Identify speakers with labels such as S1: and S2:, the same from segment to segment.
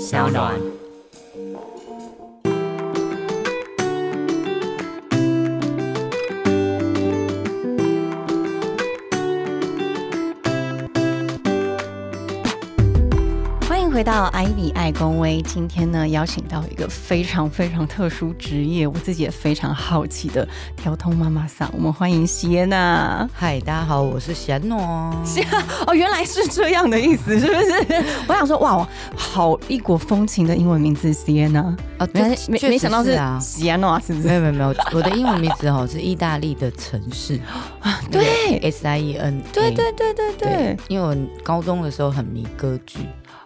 S1: 小暖。
S2: 欢迎回到艾比爱公威。今天呢，邀请到一个非常非常特殊职业，我自己也非常好奇的调通妈妈桑。我们欢迎席耶娜。
S3: 嗨，大家好，我是贤诺。
S2: 哦，原来是这样的意思，是不 是？我想说，哇，好异国风情的英文名字 Sienna，
S3: 啊，
S2: 没
S3: 对
S2: 没
S3: 确实
S2: 没想到是
S3: 啊，
S2: Sienna，是不
S3: 没
S2: 是？
S3: 有没有没有，我的英文名字哦是意大利的城市
S2: 啊对，
S3: S I E N，
S2: 对对对对哎对，，
S3: 因为我高中的时候很迷歌剧，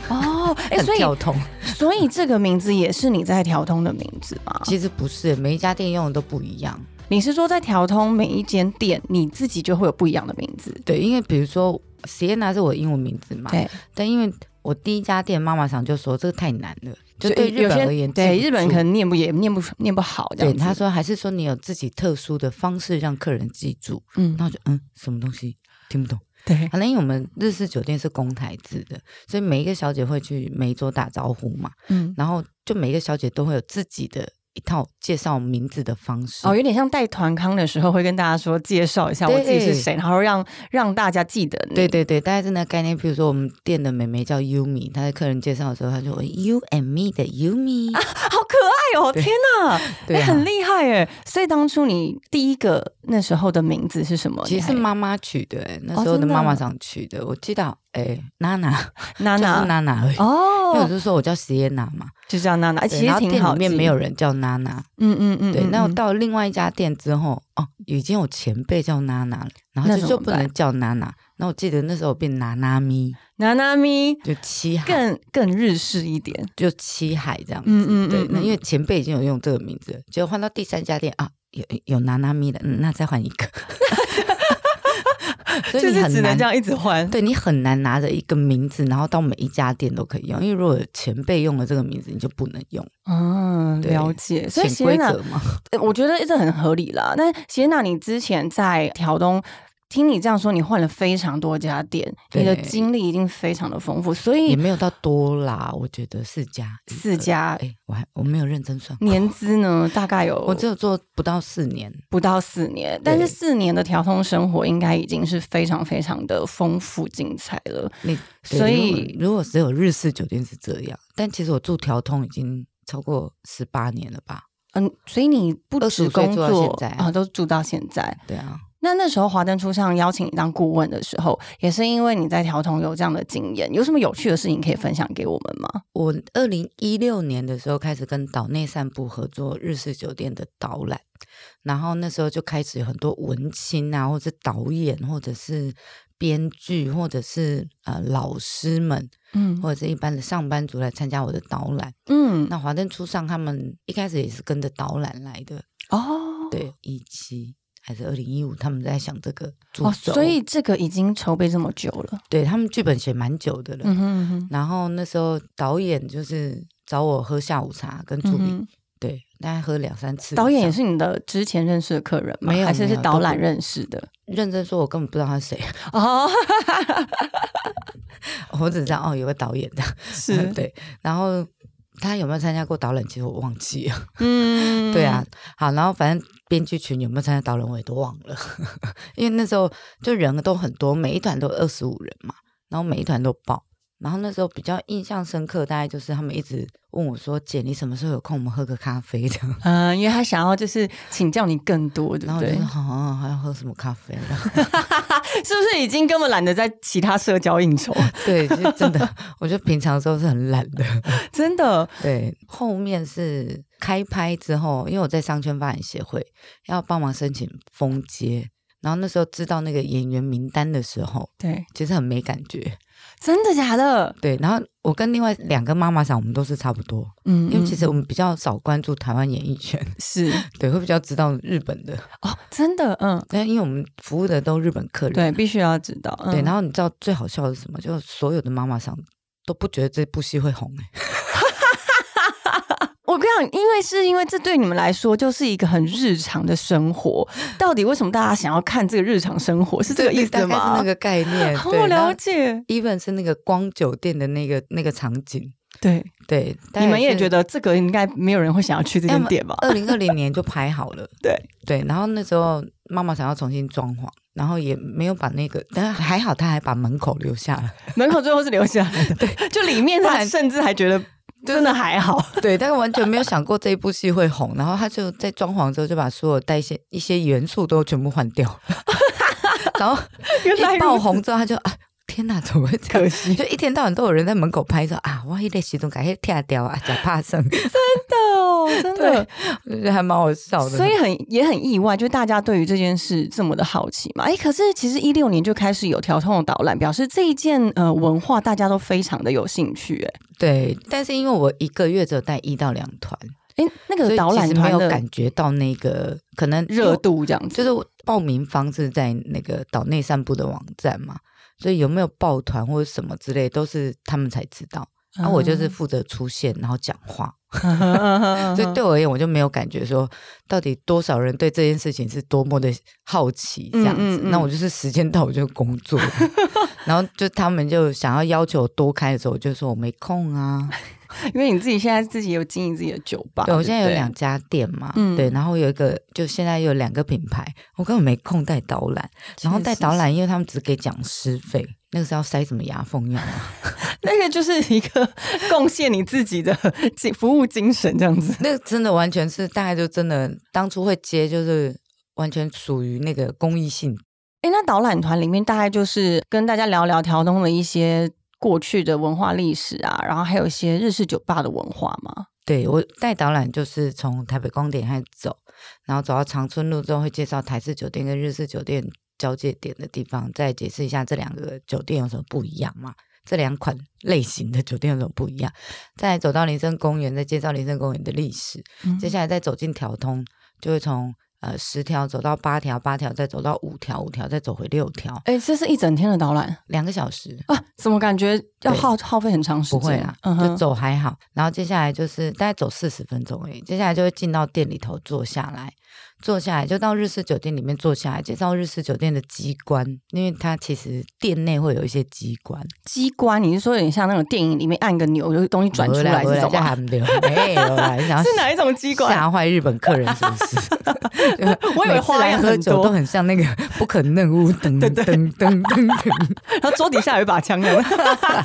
S2: 哦，哎，
S3: 很
S2: 所
S3: 跳
S2: 以
S3: 痛。
S2: 所以这个名字也是你在调通的名字吗？
S3: 其实不是，每一家店用的都不一样。
S2: 你是说在调通每一间店，你自己就会有不一样的名字？
S3: 对，因为比如说 Sienna 是我的英文名字嘛，
S2: 对，
S3: 但因为我第一家店妈妈想就说这个太难了，就
S2: 所
S3: 对
S2: 以
S3: 日
S2: 有些
S3: 本而言，
S2: 对日本可
S3: 能
S2: 能念不也念不念不好这
S3: 对
S2: 样子。
S3: 他，说还是说你有自己特殊的方式让客人记住。
S2: 嗯，
S3: 那我就嗯，什么东西听不懂。
S2: 对，
S3: 可能因为我们日式酒店是公台制的，所以每一个小姐会去每一桌打招呼嘛，
S2: 嗯，
S3: 然后就每一个小姐都会有自己的一套介绍名字的方式。
S2: 哦，有点像带团康的时候会跟大家说介绍一下我自己是
S3: 对
S2: 谁，然后让让大家记得你。
S3: 对对对，大概是那个概念。比如说，我们店的妹妹叫 Yumi，她在客人介绍的时候，她就我 You and me 的 Yumi，、
S2: 好可爱哦！
S3: 对
S2: 天哪，
S3: 对、
S2: 哎
S3: 啊，
S2: 很厉害哎！所以当初你第一个那时候的名字是什么？
S3: 其实是
S2: 你还
S3: 妈妈取的、欸，那
S2: 哦
S3: 时候
S2: 真
S3: 的
S2: 的
S3: 妈
S2: 啊
S3: 妈想取的。我记得，哎、娜娜，
S2: 娜
S3: 就是
S2: 娜
S3: 娜娜而已。因为我
S2: 哦，
S3: 就说我叫 Sienna 嘛，
S2: 就叫娜娜，哎
S3: 对
S2: 其
S3: 然
S2: 实
S3: 后
S2: 挺
S3: 店
S2: 好
S3: 里
S2: 记。
S3: 面没有人叫娜娜，
S2: 嗯，嗯嗯嗯，
S3: 对，那我
S2: 嗯
S3: 到另外一家店之后，哦，已经有前辈叫娜娜了，然后
S2: 那
S3: 就
S2: 怎
S3: 就
S2: 么
S3: 不
S2: 办
S3: 能叫娜娜。那我记得那时候我变娜娜咪，
S2: 娜娜咪
S3: 就七海，
S2: 更更日式一点。
S3: 就七海这样子。
S2: 嗯嗯嗯
S3: 对，那
S2: 嗯
S3: 因为前辈已经有用这个名字了，结果换到第三家店啊，有有娜娜咪了，嗯那再换一个。 所以
S2: 就
S3: 你
S2: 是
S3: 很
S2: 只能
S3: 难
S2: 这，样一直换。
S3: 对你很难拿着一个名字，然后到每一家店都可以用，因为如果有前辈用了这个名字，你就不能用，
S2: 嗯，
S3: 对
S2: 了解。所以
S3: 潜
S2: 席
S3: 规
S2: 耶娜
S3: 则，嘛。
S2: 呃我觉得这很合理啦。但席耶娜，你之前在条东。听你这样说，你换了非常多家店，你的
S3: 对
S2: 经历一定非常的丰富，所以
S3: 也没有到多啦，我觉得四家，
S2: 四家
S3: 哎、我还我没有认真算过，
S2: 年资呢大概有
S3: 我只有做不到四年，
S2: 不到四年，但是
S3: 对
S2: 四年的调通生活应该已经是非常非常的丰富精彩了。
S3: 你对
S2: 所
S3: 如果
S2: 以
S3: 如果只有日式酒店是这样，但其实我住调通已经超过十八年了吧？
S2: 嗯，所以你不止
S3: 25岁
S2: 工
S3: 做到
S2: 作
S3: 现在
S2: 啊、都住到现在。
S3: 对啊，
S2: 那那时候华灯初上邀请你当顾问的时候，也是因为你在调通有这样的经验，有什么有趣的事情可以分享给我们吗？
S3: 我二零一六年的时候开始跟岛内散步合作日式酒店的导览，然后那时候就开始有很多文青啊，或者是导演，或者是编剧，或者是呃老师们，
S2: 嗯
S3: 或者是一般的上班族来参加我的导览。
S2: 嗯
S3: 那华灯初上，他们一开始也是跟着导览来的，
S2: 哦
S3: 对，一七还是二零一五，他们在想这个主轴、
S2: 哦，所以这个已经筹备这么久了。
S3: 对他们剧本写蛮久的了。
S2: 嗯哼嗯哼
S3: 然后那时候导演就是找我喝下午茶，跟助理、
S2: 嗯
S3: 对，大概喝两三次以上。
S2: 导演也是你的之前认识的客人吗？
S3: 没有
S2: 还是
S3: 没
S2: 是
S3: 有
S2: 导
S3: 都
S2: 览
S3: 不
S2: 认识的？
S3: 认真说，我根本不知道他是谁，
S2: 哦，
S3: 我只知道哦有个导演的，
S2: 是
S3: 对。然后他有没有参加过导览，其实我忘记了。
S2: 嗯
S3: 对啊，，好，然后反正编剧群有没有参加导人我也都忘了， 因为那时候就人都很多，每一团都二十五人嘛，然后每一团都报。然后那时候比较印象深刻，大概就是他们一直问我说：“姐，你什么时候有空？我们喝个咖啡这样。
S2: 嗯，因为他想要就是请教你更多，”对
S3: 然
S2: 不
S3: 后我就
S2: 对
S3: 说：“？好、啊，还要喝什么咖啡？”啊然后
S2: 是不是已经根本懒得在其他社交应酬？
S3: 对，就是真的，我觉得平常的时候是很懒的。
S2: 真的，
S3: 对，后面是开拍之后，因为我在商圈发展协会要帮忙申请封街，然后那时候知道那个演员名单的时候，
S2: 对，
S3: 其实很没感觉。
S2: 真的假的？
S3: 对，然后我跟另外两个妈妈想，我们都是差不多，
S2: 嗯
S3: 因为其实我们比较少关注台湾演艺圈，
S2: 是
S3: 对，会比较知道日本的。
S2: 哦，真的，嗯，
S3: 但因为我们服务的都日本客人，
S2: 对，必须要知道，嗯、
S3: 对然后你知道最好笑的是什么？就是所有的妈妈想都不觉得这部戏会红、欸，
S2: 我跟你讲，因为是因为这对你们来说就是一个很日常的生活，到底为什么大家想要看这个日常生活？ 是这个意
S3: 大
S2: 思
S3: 概是
S2: 吗？
S3: 那个概念。
S2: 好，
S3: 对
S2: 我
S3: 然后
S2: 了解，
S3: even 是那个光酒店的那个那个场景，
S2: 对，
S3: 对，
S2: 你们也觉得这个应该没有人会想要去这间店吧？，
S3: 二零二零年就拍好了
S2: 对
S3: 对，然后那时候妈妈想要重新装潢，然后也没有把那个，但还好她还把门口留下 了。
S2: 门口最后是留下来的，对，就里面
S3: 不
S2: 他
S3: 然
S2: 甚至还觉得真的还好，
S3: 对，但是完全没有想过这一部戏会红，然后他就在装潢之后就把所有带一些一些元素都全部换 掉，然后
S2: 原 来
S3: 一
S2: 如
S3: 爆
S2: 此，
S3: 红之后他就啊，天哪，怎么会这样？
S2: 可惜
S3: 就一天到晚都有人在门口拍照啊，哇，一类时钟改黑跳掉啊，假怕生，
S2: 哦，真的
S3: 对， 我觉得还蛮好笑的。
S2: 所以很也很意外，就大家对于这件事这么的好奇嘛。哎，可是其实一六年就开始有调通的导览，表示这一件呃文化大家都非常的有兴趣。
S3: 对，但是因为我一个月只有带一到两团，
S2: 哎，哎，那
S3: 所
S2: 个
S3: 以
S2: 导
S3: 其
S2: 览
S3: 实没
S2: 团
S3: 有
S2: 的
S3: 感觉到那个可能
S2: 热度这样子，
S3: 就是报名方是在那个岛内散步的网站嘛，所以有没有抱团或者什么之类，都是他们才知道。然、后我 就是负责出现，然后讲话，
S2: 嗯，
S3: 所以对我而言，我就没有感觉说到底多少人对这件事情是多么的好奇这样子。
S2: 嗯嗯嗯
S3: 那我就是时间到我就工作， 然后就他们就想要要求我多开的时候，我就说我没空啊。
S2: 因为你自己现在自己有经营自己的酒吧，
S3: 对，我现在有
S2: 对不对
S3: 两家店嘛，
S2: 嗯
S3: 对，然后有一个就现在有两个品牌，我根本没空带导览，然后带导览，因为他们只给讲师费，那个是要塞什么牙缝药啊？
S2: 那个就是一个贡献你自己的 精服务精神这 样子。
S3: 那个真的完全是大概就真的当初会接，就是完全属于那个公益性。
S2: 哎，那导览团里面大概就是跟大家聊聊条东的一些过去的文化历史啊，然后还有一些日式酒吧的文化嘛。
S3: 对我带导览就是从台北光点开始走，然后走到长春路之后会介绍台式酒店跟日式酒店交界点的地方，再解释一下这两个酒店有什么不一样嘛。这两款类型的酒店有什么不一样？再来走到林森公园，再介绍林森公园的历史，接下来再走进条通，就会从呃十条走到八条，八条再走到五条，五条再走回六条，
S2: 哎，这是一整天的导览
S3: 两个小时。
S2: 啊，怎么感觉要
S3: 对
S2: 耗耗费很长时
S3: 不
S2: 间？
S3: 会啦，
S2: 嗯
S3: 就
S2: 哼，
S3: 走还好。然后接下来就是大概走四十分钟而已，接下来就会进到店里头坐下来，坐下来就到日式酒店里面坐下来，介绍日式酒店的机关，因为它其实店内会有一些机关，
S2: 机关，你是说有点像那种电影里面按个钮，有东西转出来这种吗？
S3: 没有没有啦，你想要
S2: 啊是哪一种机关？
S3: 吓坏日本客人是不是？
S2: 我以
S3: 每
S2: 为
S3: 次
S2: 花
S3: 来
S2: 样
S3: 喝
S2: 很
S3: 酒
S2: 多
S3: 都，很像那个不可能屋 噔噔噔噔噔，
S2: 然后桌底下有一把枪这样。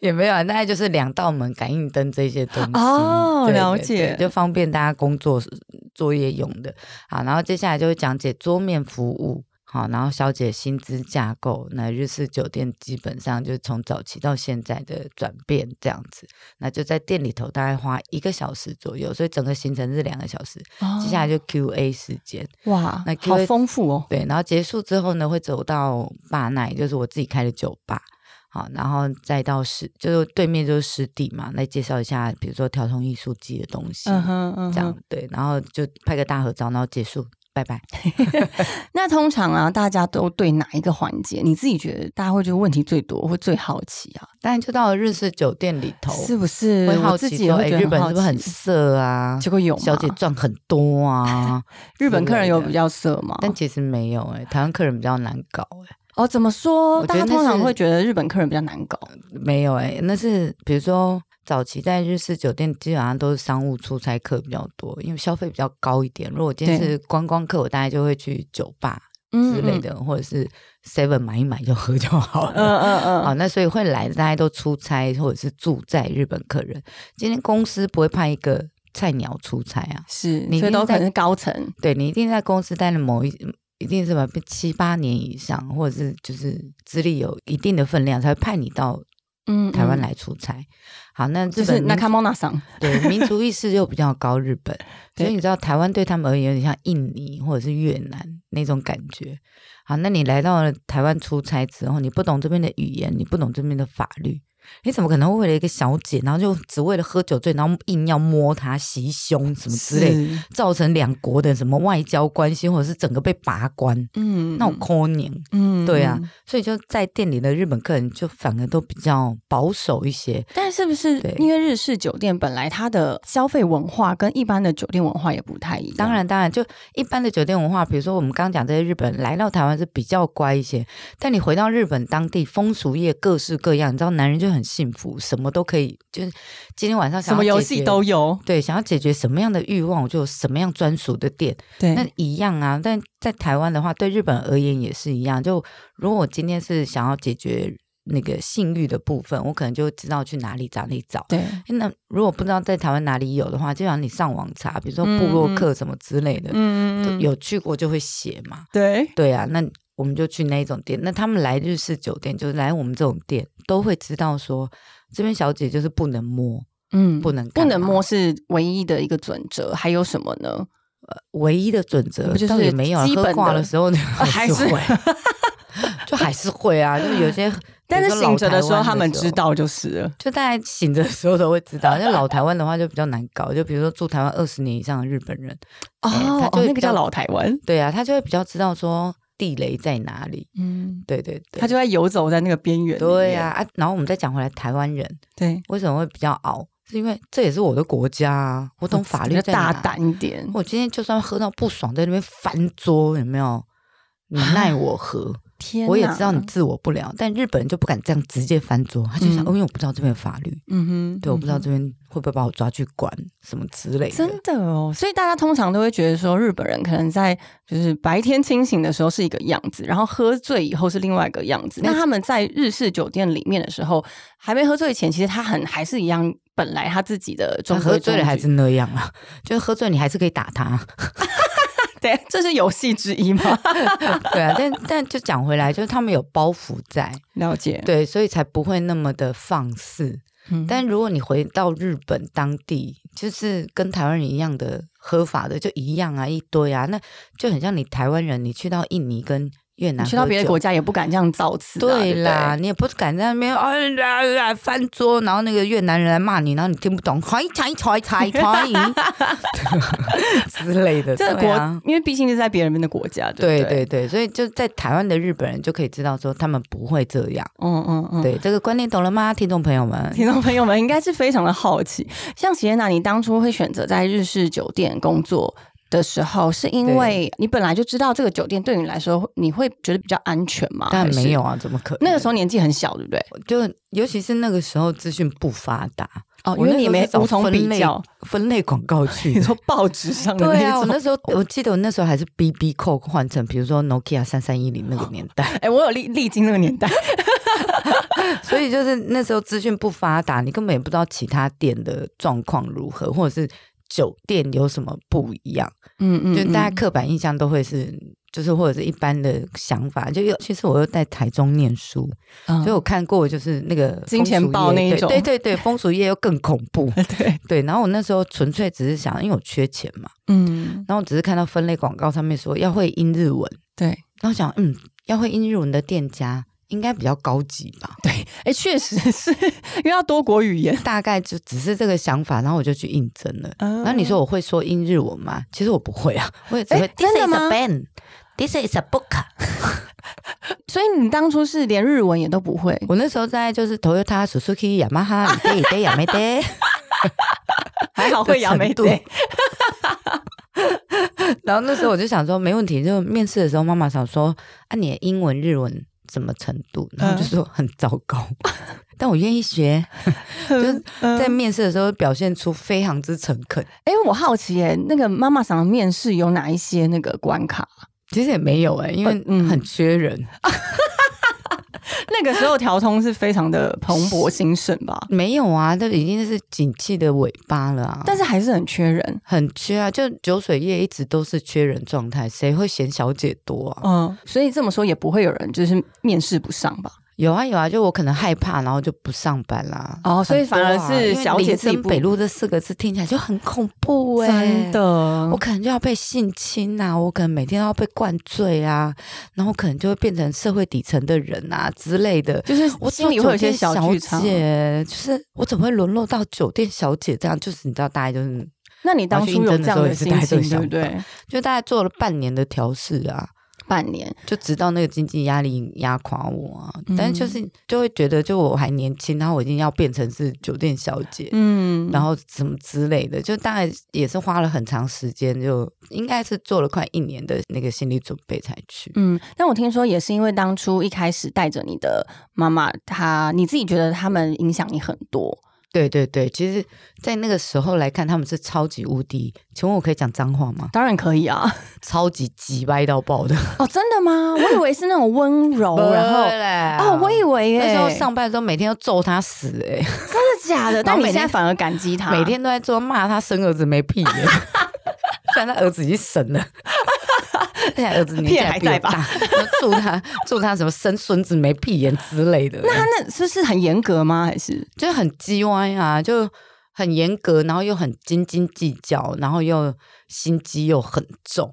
S3: 也没有啊，大概就是两道门、感应灯这些东西。
S2: 哦
S3: 对对
S2: 了解
S3: 对就方便大家工作时作业用的。好，然后接下来就会讲解桌面服务。好，然后小姐薪资架构，那日式酒店基本上就是从早期到现在的转变这样子，那就在店里头大概花一个小时左右，所以整个行程是两个小时。接下来就 Q&A 时间，
S2: 哦哇
S3: 那，
S2: 好
S3: Q&A
S2: 丰富哦。
S3: 对，然后结束之后呢，会走到坝奈，就是我自己开的酒吧，好，然后再到湿，就是对面就是湿地嘛，来介绍一下，比如说调通艺术季的东西，
S2: 嗯哼，嗯哼
S3: 这样对，然后就拍个大合照，然后结束，拜拜。
S2: 那通常啊，大家都对哪一个环节，你自己觉得大家会觉得问题最多，会最好奇啊？
S3: 当然就到了日式酒店里头，
S2: 是不是？
S3: 会好
S2: 我自
S3: 奇
S2: 己也
S3: 说，哎、
S2: 会觉得
S3: 日本
S2: 好
S3: 是不是很
S2: 奇
S3: 色啊？
S2: 结果有吗
S3: 小姐赚很多 啊，
S2: 日本客人有
S3: 之类的
S2: 比较色吗？
S3: 但其实没有哎、台湾客人比较难搞哎、
S2: 哦，怎么说？
S3: 我觉得
S2: 大家通
S3: 那
S2: 常
S3: 是
S2: 会觉得日本客人比较难搞。
S3: 没有哎、那是比如说早期在日式酒店，基本上都是商务出差客比较多，因为消费比较高一点。如果我今天
S2: 对
S3: 是观光客，我大概就会去酒吧之类的，或者是 Seven 买一买就喝就好
S2: 嗯。嗯
S3: 了。
S2: 嗯嗯
S3: 好，那所以会来的大家都出差或者是住在日本客人。今天公司不会派一个菜鸟出差啊，
S2: 是，
S3: 你
S2: 所
S3: 一
S2: 以
S3: 定
S2: 都可
S3: 在
S2: 能是高层。
S3: 对你一定在公司待了某一，一定是吧七八年以上，或者是就是资历有一定的分量，才会派你到
S2: 嗯，
S3: 台湾
S2: 嗯
S3: 来出差。好，那
S2: 就
S3: 日
S2: 是
S3: 本民
S2: Nakamona 桑。
S3: 对民族意识又比较高，日本，
S2: 对
S3: 所以你知道台湾对他们而言有点像印尼或者是越南那种感觉。好，那你来到了台湾出差之后，你不懂这边的语言，你不懂这边的法律，你怎么可能会为了一个小姐，然后就只为了喝酒醉，然后硬要摸她、袭胸什么之类，
S2: 是，
S3: 造成两国的什么外交关系，或者是整个被拔关，
S2: 嗯，
S3: 那种可能。
S2: 嗯
S3: 对啊
S2: 嗯，
S3: 所以就在店里的日本客人就反而都比较保守一些，
S2: 但是不是
S3: 对
S2: 因为日式酒店本来它的消费文化跟一般的酒店文化也不太一样？
S3: 当，然，当然，就一般的酒店文化，比如说我们刚刚讲这些日本人来到台湾是比较乖一些，但你回到日本当地风俗业各式各样，你知道男人就很很幸福，什么都可以，就是今天晚上
S2: 什
S3: 想
S2: 么
S3: 要
S2: 游
S3: 解
S2: 戏
S3: 决
S2: 都有。
S3: 对，想要解决什么样的欲望，我就有什么样专属的店，
S2: 对，
S3: 那一样啊。但在台湾的话，对日本而言也是一样。就如果我今天是想要解决那个性欲的部分，我可能就知道去哪里找哪里找。
S2: 对
S3: 那如果不知道在台湾哪里有的话，就让你上网查，比如说部落客什么之类的，
S2: 嗯
S3: 都有去过就会写嘛。
S2: 对
S3: 对啊，那我们就去那一种店。那他们来日式酒店，就是来我们这种店，都会知道说这边小姐就是不能摸，
S2: 嗯
S3: 不能
S2: 不
S3: 干
S2: 能
S3: 嘛
S2: 摸是唯一的一个准则，还有什么呢？
S3: 唯一的准则
S2: 不就是
S3: 倒也没有啊
S2: 基本的
S3: 喝挂的时候 你
S2: 啊还
S3: 还
S2: 是
S3: 是会， 就还是会啊，就是有些，
S2: 但
S3: 比
S2: 是
S3: 如说
S2: 醒着
S3: 老台湾的
S2: 时候，他们知，道就是了。
S3: 就大家醒着的时候都会知道。像老台湾的话就比较难搞，就比如说住台湾二十年以上的日本人，哎
S2: 哦
S3: 他就
S2: 哦
S3: 会
S2: 那个
S3: 比
S2: 叫
S3: 较
S2: 老台湾，
S3: 对啊，他就会比较知道说地雷在哪里。
S2: 嗯，
S3: 对对对，
S2: 他就在游走在那个边缘。
S3: 对呀、，啊，然后我们再讲回来，台湾人
S2: 对，
S3: 为什么会比较熬？是因为这也是我的国家啊，我懂法律
S2: 比较
S3: 在哪
S2: 哦大。胆一点。
S3: 我今天就算喝到不爽，在那边翻桌，有没有？你奈我何？
S2: 啊天，
S3: 我也知道你，自我不了，但日本人就不敢这样直接翻桌，他就想，
S2: 嗯
S3: 哦，因为我不知道这边的法律，
S2: 嗯哼，
S3: 对，我不知道
S2: 嗯
S3: 这边会不会把我抓去管什么之类
S2: 哼。
S3: 的。
S2: 真的哦，所以大家通常都会觉得说，日本人可能在就是白天清醒的时候是一个样子，然后喝醉以后是另外一个样子。
S3: 没
S2: 那
S3: 错
S2: 他们在日式酒店里面的时候，还没喝醉前，其实他很还是一样，本来他自己的
S3: 他
S2: 中
S3: 喝醉了还
S2: 孩
S3: 是
S2: 子，
S3: 那样啊，就是喝醉你还是可以打他，
S2: 对，这是游戏之一吗？
S3: 对啊。但但就讲回来，就是他们有包袱在，
S2: 了解，
S3: 对，所以才不会那么的放肆。
S2: 嗯
S3: 但如果你回到日本当地，就是跟台湾人一样的喝法的，就一样啊，一堆啊，那就很像你台湾人，你去到印尼跟越
S2: 你
S3: 南，
S2: 去到别的国。家也不敢这样造次、啊，对
S3: 对
S2: 不对
S3: 啦，你也不敢在那边啊啊啊翻桌，然后那个越南人来骂你，然后你听不懂，嗨嗨嗨嗨 嗨之类的。
S2: 这个
S3: 对
S2: 国，
S3: 啊
S2: 因为毕竟是在别人的国家，对
S3: 对
S2: 不对，
S3: 对对，所以就在台湾的日本人就可以知道说他们不会这样。
S2: 嗯嗯嗯，。
S3: 对，这个观念懂了吗，听众朋友们？
S2: 听众朋友们应该是非常的好奇， 像喜宴娜，你当初会选择在日式酒店工作的时候，是因为你本来就知道这个酒店对你来说，你会觉得比较安全吗？
S3: 但
S2: 还是
S3: 没有，啊，怎么可能？
S2: 那个时候年纪很小，对不对？
S3: 就尤其是那个时候资讯不发达，
S2: 哦，因
S3: 我
S2: 为
S3: 那
S2: 你
S3: 时候
S2: 没
S3: 是找
S2: 无从
S3: 分
S2: 比
S3: 类
S2: 较。
S3: 分类广告去的。
S2: 你说报纸上的
S3: 对啊，
S2: 那
S3: 我
S2: 种
S3: 那，时候我记得我那时候还是 B B 扣换成，比如说 Nokia 三三一零那个年 代，
S2: 哎，我有历历经那个年 代，
S3: 所以就是那时候资讯不发达，你根本也不知道其他店的状况如何，或者是酒店有什么不一样。
S2: 嗯嗯
S3: 就大家
S2: 嗯
S3: 刻板印象都会是，就是或者是一般的想法。就尤其是我又在台中念书，
S2: 嗯
S3: 所以我看过就是那个
S2: 金钱
S3: 风俗业
S2: 豹那一
S3: 对
S2: 种
S3: 对对对，风俗业又更恐 怖。
S2: 对，
S3: 对，然后我那时候纯粹只是想，因为我缺钱嘛，
S2: 嗯，
S3: 然后我只是看到分类广告上面说要会英日文，
S2: 对。
S3: 然后想，嗯，要会英日文的店家应该比较高级吧，
S2: 哎，确实是 因为要多国语言。
S3: 大概就只是这个想法，然后我就去应征了。
S2: 嗯
S3: 那你说我会说英日文吗？其实我不会啊，我也只会
S2: 诶
S3: This
S2: 真的
S3: is
S2: 吗
S3: a pen, this is a book。
S2: 所以你当初是连日文也都不会，
S3: 我那时候在就是 Toyota、Suzuki、雅马哈、以得以得、雅梅得，
S2: 还好哦会杨梅
S3: 的程度
S2: 对，
S3: 然后那时候我就想说没问题，就面试的时候妈妈想说啊你的英文日文怎么程度？然后我就说很糟 糕，但我愿意学，就是
S2: 嗯
S3: 在面试的时候表现出非常之诚恳。
S2: 哎、我好奇耶、那个妈妈桑的面试有哪一些那个关卡？
S3: 其实也没有哎、因为
S2: 嗯
S3: 很缺人，
S2: 那个时候调通是非常的蓬勃兴盛吧，
S3: 没有啊，这已经是景气的尾巴了啊。
S2: 但是还是很缺人。
S3: 很缺啊，就酒水业一直都是缺人状态，谁会嫌小姐多啊？
S2: 嗯，所以这么说也不会有人就是面试不上吧？
S3: 有啊有啊，就我可能害怕，然后就不上班啦。
S2: 哦所以
S3: 很多啊
S2: 反而是
S3: 因为
S2: 小姐
S3: 林
S2: 自己
S3: 森
S2: 不
S3: 北路这四个字听起来就很恐怖哎、
S2: 真。的
S3: 我，可能就要被性侵啊，我可能每天都要被灌醉啊，然后可能就会变成社会底层的人啊之类的。
S2: 就是
S3: 我
S2: 心里会有一些
S3: 小
S2: 小剧场。啊
S3: 姐，就是我怎么会沦落到酒店小姐这样？就是你知道，大概就是
S2: 那你当初有这样的心
S3: 我去应征的时候也是带
S2: 情，
S3: 这个想
S2: 对
S3: 法
S2: 不对？
S3: 就大概做了半年的调试啊，
S2: 半年，
S3: 就直到那个经济压力压垮我啊。
S2: 嗯
S3: 但是就是就会觉得，就我还年轻，然后我已经要变成是酒店小姐，
S2: 嗯，
S3: 然后什么之类的，就大概也是花了很长时间，就应该是做了快一年的那个心理准备才去。
S2: 嗯，但我听说也是因为当初一开始带着你的妈妈，她你自己觉得他们影响你很多，
S3: 对对对，其实，在那个时候来看，他们是超级无敌。请问我可以讲脏话吗？
S2: 当然可以啊。
S3: 超级急掰到爆的，
S2: 哦，真的吗？我以为是那种温 柔，然后哦，我以为耶、
S3: 那时候上班的时候，每天要揍他死、欸，
S2: 真的假的？但你
S3: 每
S2: 现在
S3: 天
S2: 反而感激他，
S3: 每天都在做骂他生儿子没屁眼， 虽然他儿子已经生了。现在儿子年纪还比我大，祝他祝他什么生孙子没屁眼之类的，
S2: 他那是不是很严格吗？还是
S3: 就很叽歪啊，就很严格，然后又很斤斤计较，然后又心机又很重。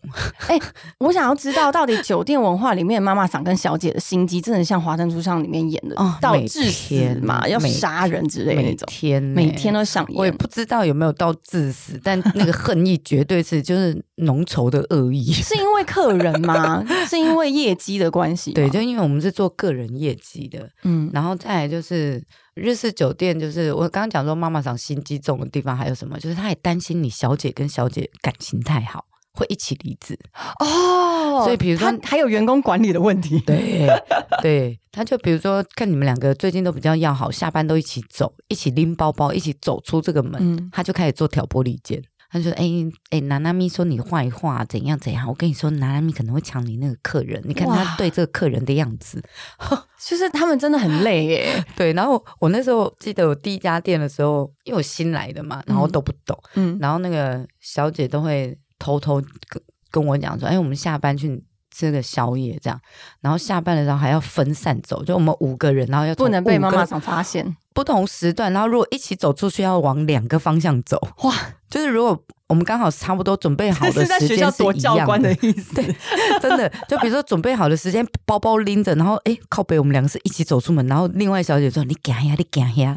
S2: 我想要知道，到底酒店文化里面妈妈桑跟小姐的心机，真的像《华灯初上》里面演的，
S3: 哦
S2: 到
S3: 每
S2: 致死
S3: 天
S2: 嘛，要
S3: 每
S2: 杀人之类的那
S3: 每
S2: 种，
S3: 天呢
S2: 每天都上
S3: 我也
S2: 演。
S3: 不知道有没有到致死，但那个恨意绝对是就是浓稠的恶 意。
S2: 是因为客人 吗？是因为业绩的关系吗？
S3: 对，就因为我们是做个人业绩的，
S2: 嗯，
S3: 然后再来就是日式酒店，就是我刚刚讲说妈妈桑心机重的地方还有什么，就是她也担心你小姐跟小姐感情太好会一起离职，
S2: 哦，
S3: 所以比如说
S2: 他还有员工管理的问题，
S3: 对 对，她就比如说看你们两个最近都比较要好，下班都一起走，一起拎包包，一起走出这个门，
S2: 嗯
S3: 她就开始做挑拨离间。她就说：“哎、哎，娜娜咪说你坏话，怎样怎样？我跟你说，娜娜咪可能会抢你那个客人。你看
S2: 哇
S3: 她对这个客人的样子，
S2: 就是他们真的很累 耶。
S3: 对，然后我那时候记得我第一家店的时候，因为我新来的嘛，然后都不懂，
S2: 嗯，
S3: 然后那个小姐都会偷偷跟跟我讲说：“哎，我们下班去吃个宵夜这样。”然后下班的时候还要分散走，就我们五个人，然后要从
S2: 不能被
S3: 五个
S2: 妈妈桑发现。
S3: 不同时段，然后如果一起走出去，要往两个方向走。
S2: 哇，
S3: 就是如果我们刚好差不多准备好的时间是一样的，
S2: 意思。对，
S3: 真的，就比如说准备好的时间，包包拎着，然后哎、靠北，我们两个是一起走出门，然后另外小姐说：“你赶呀，你赶呀。”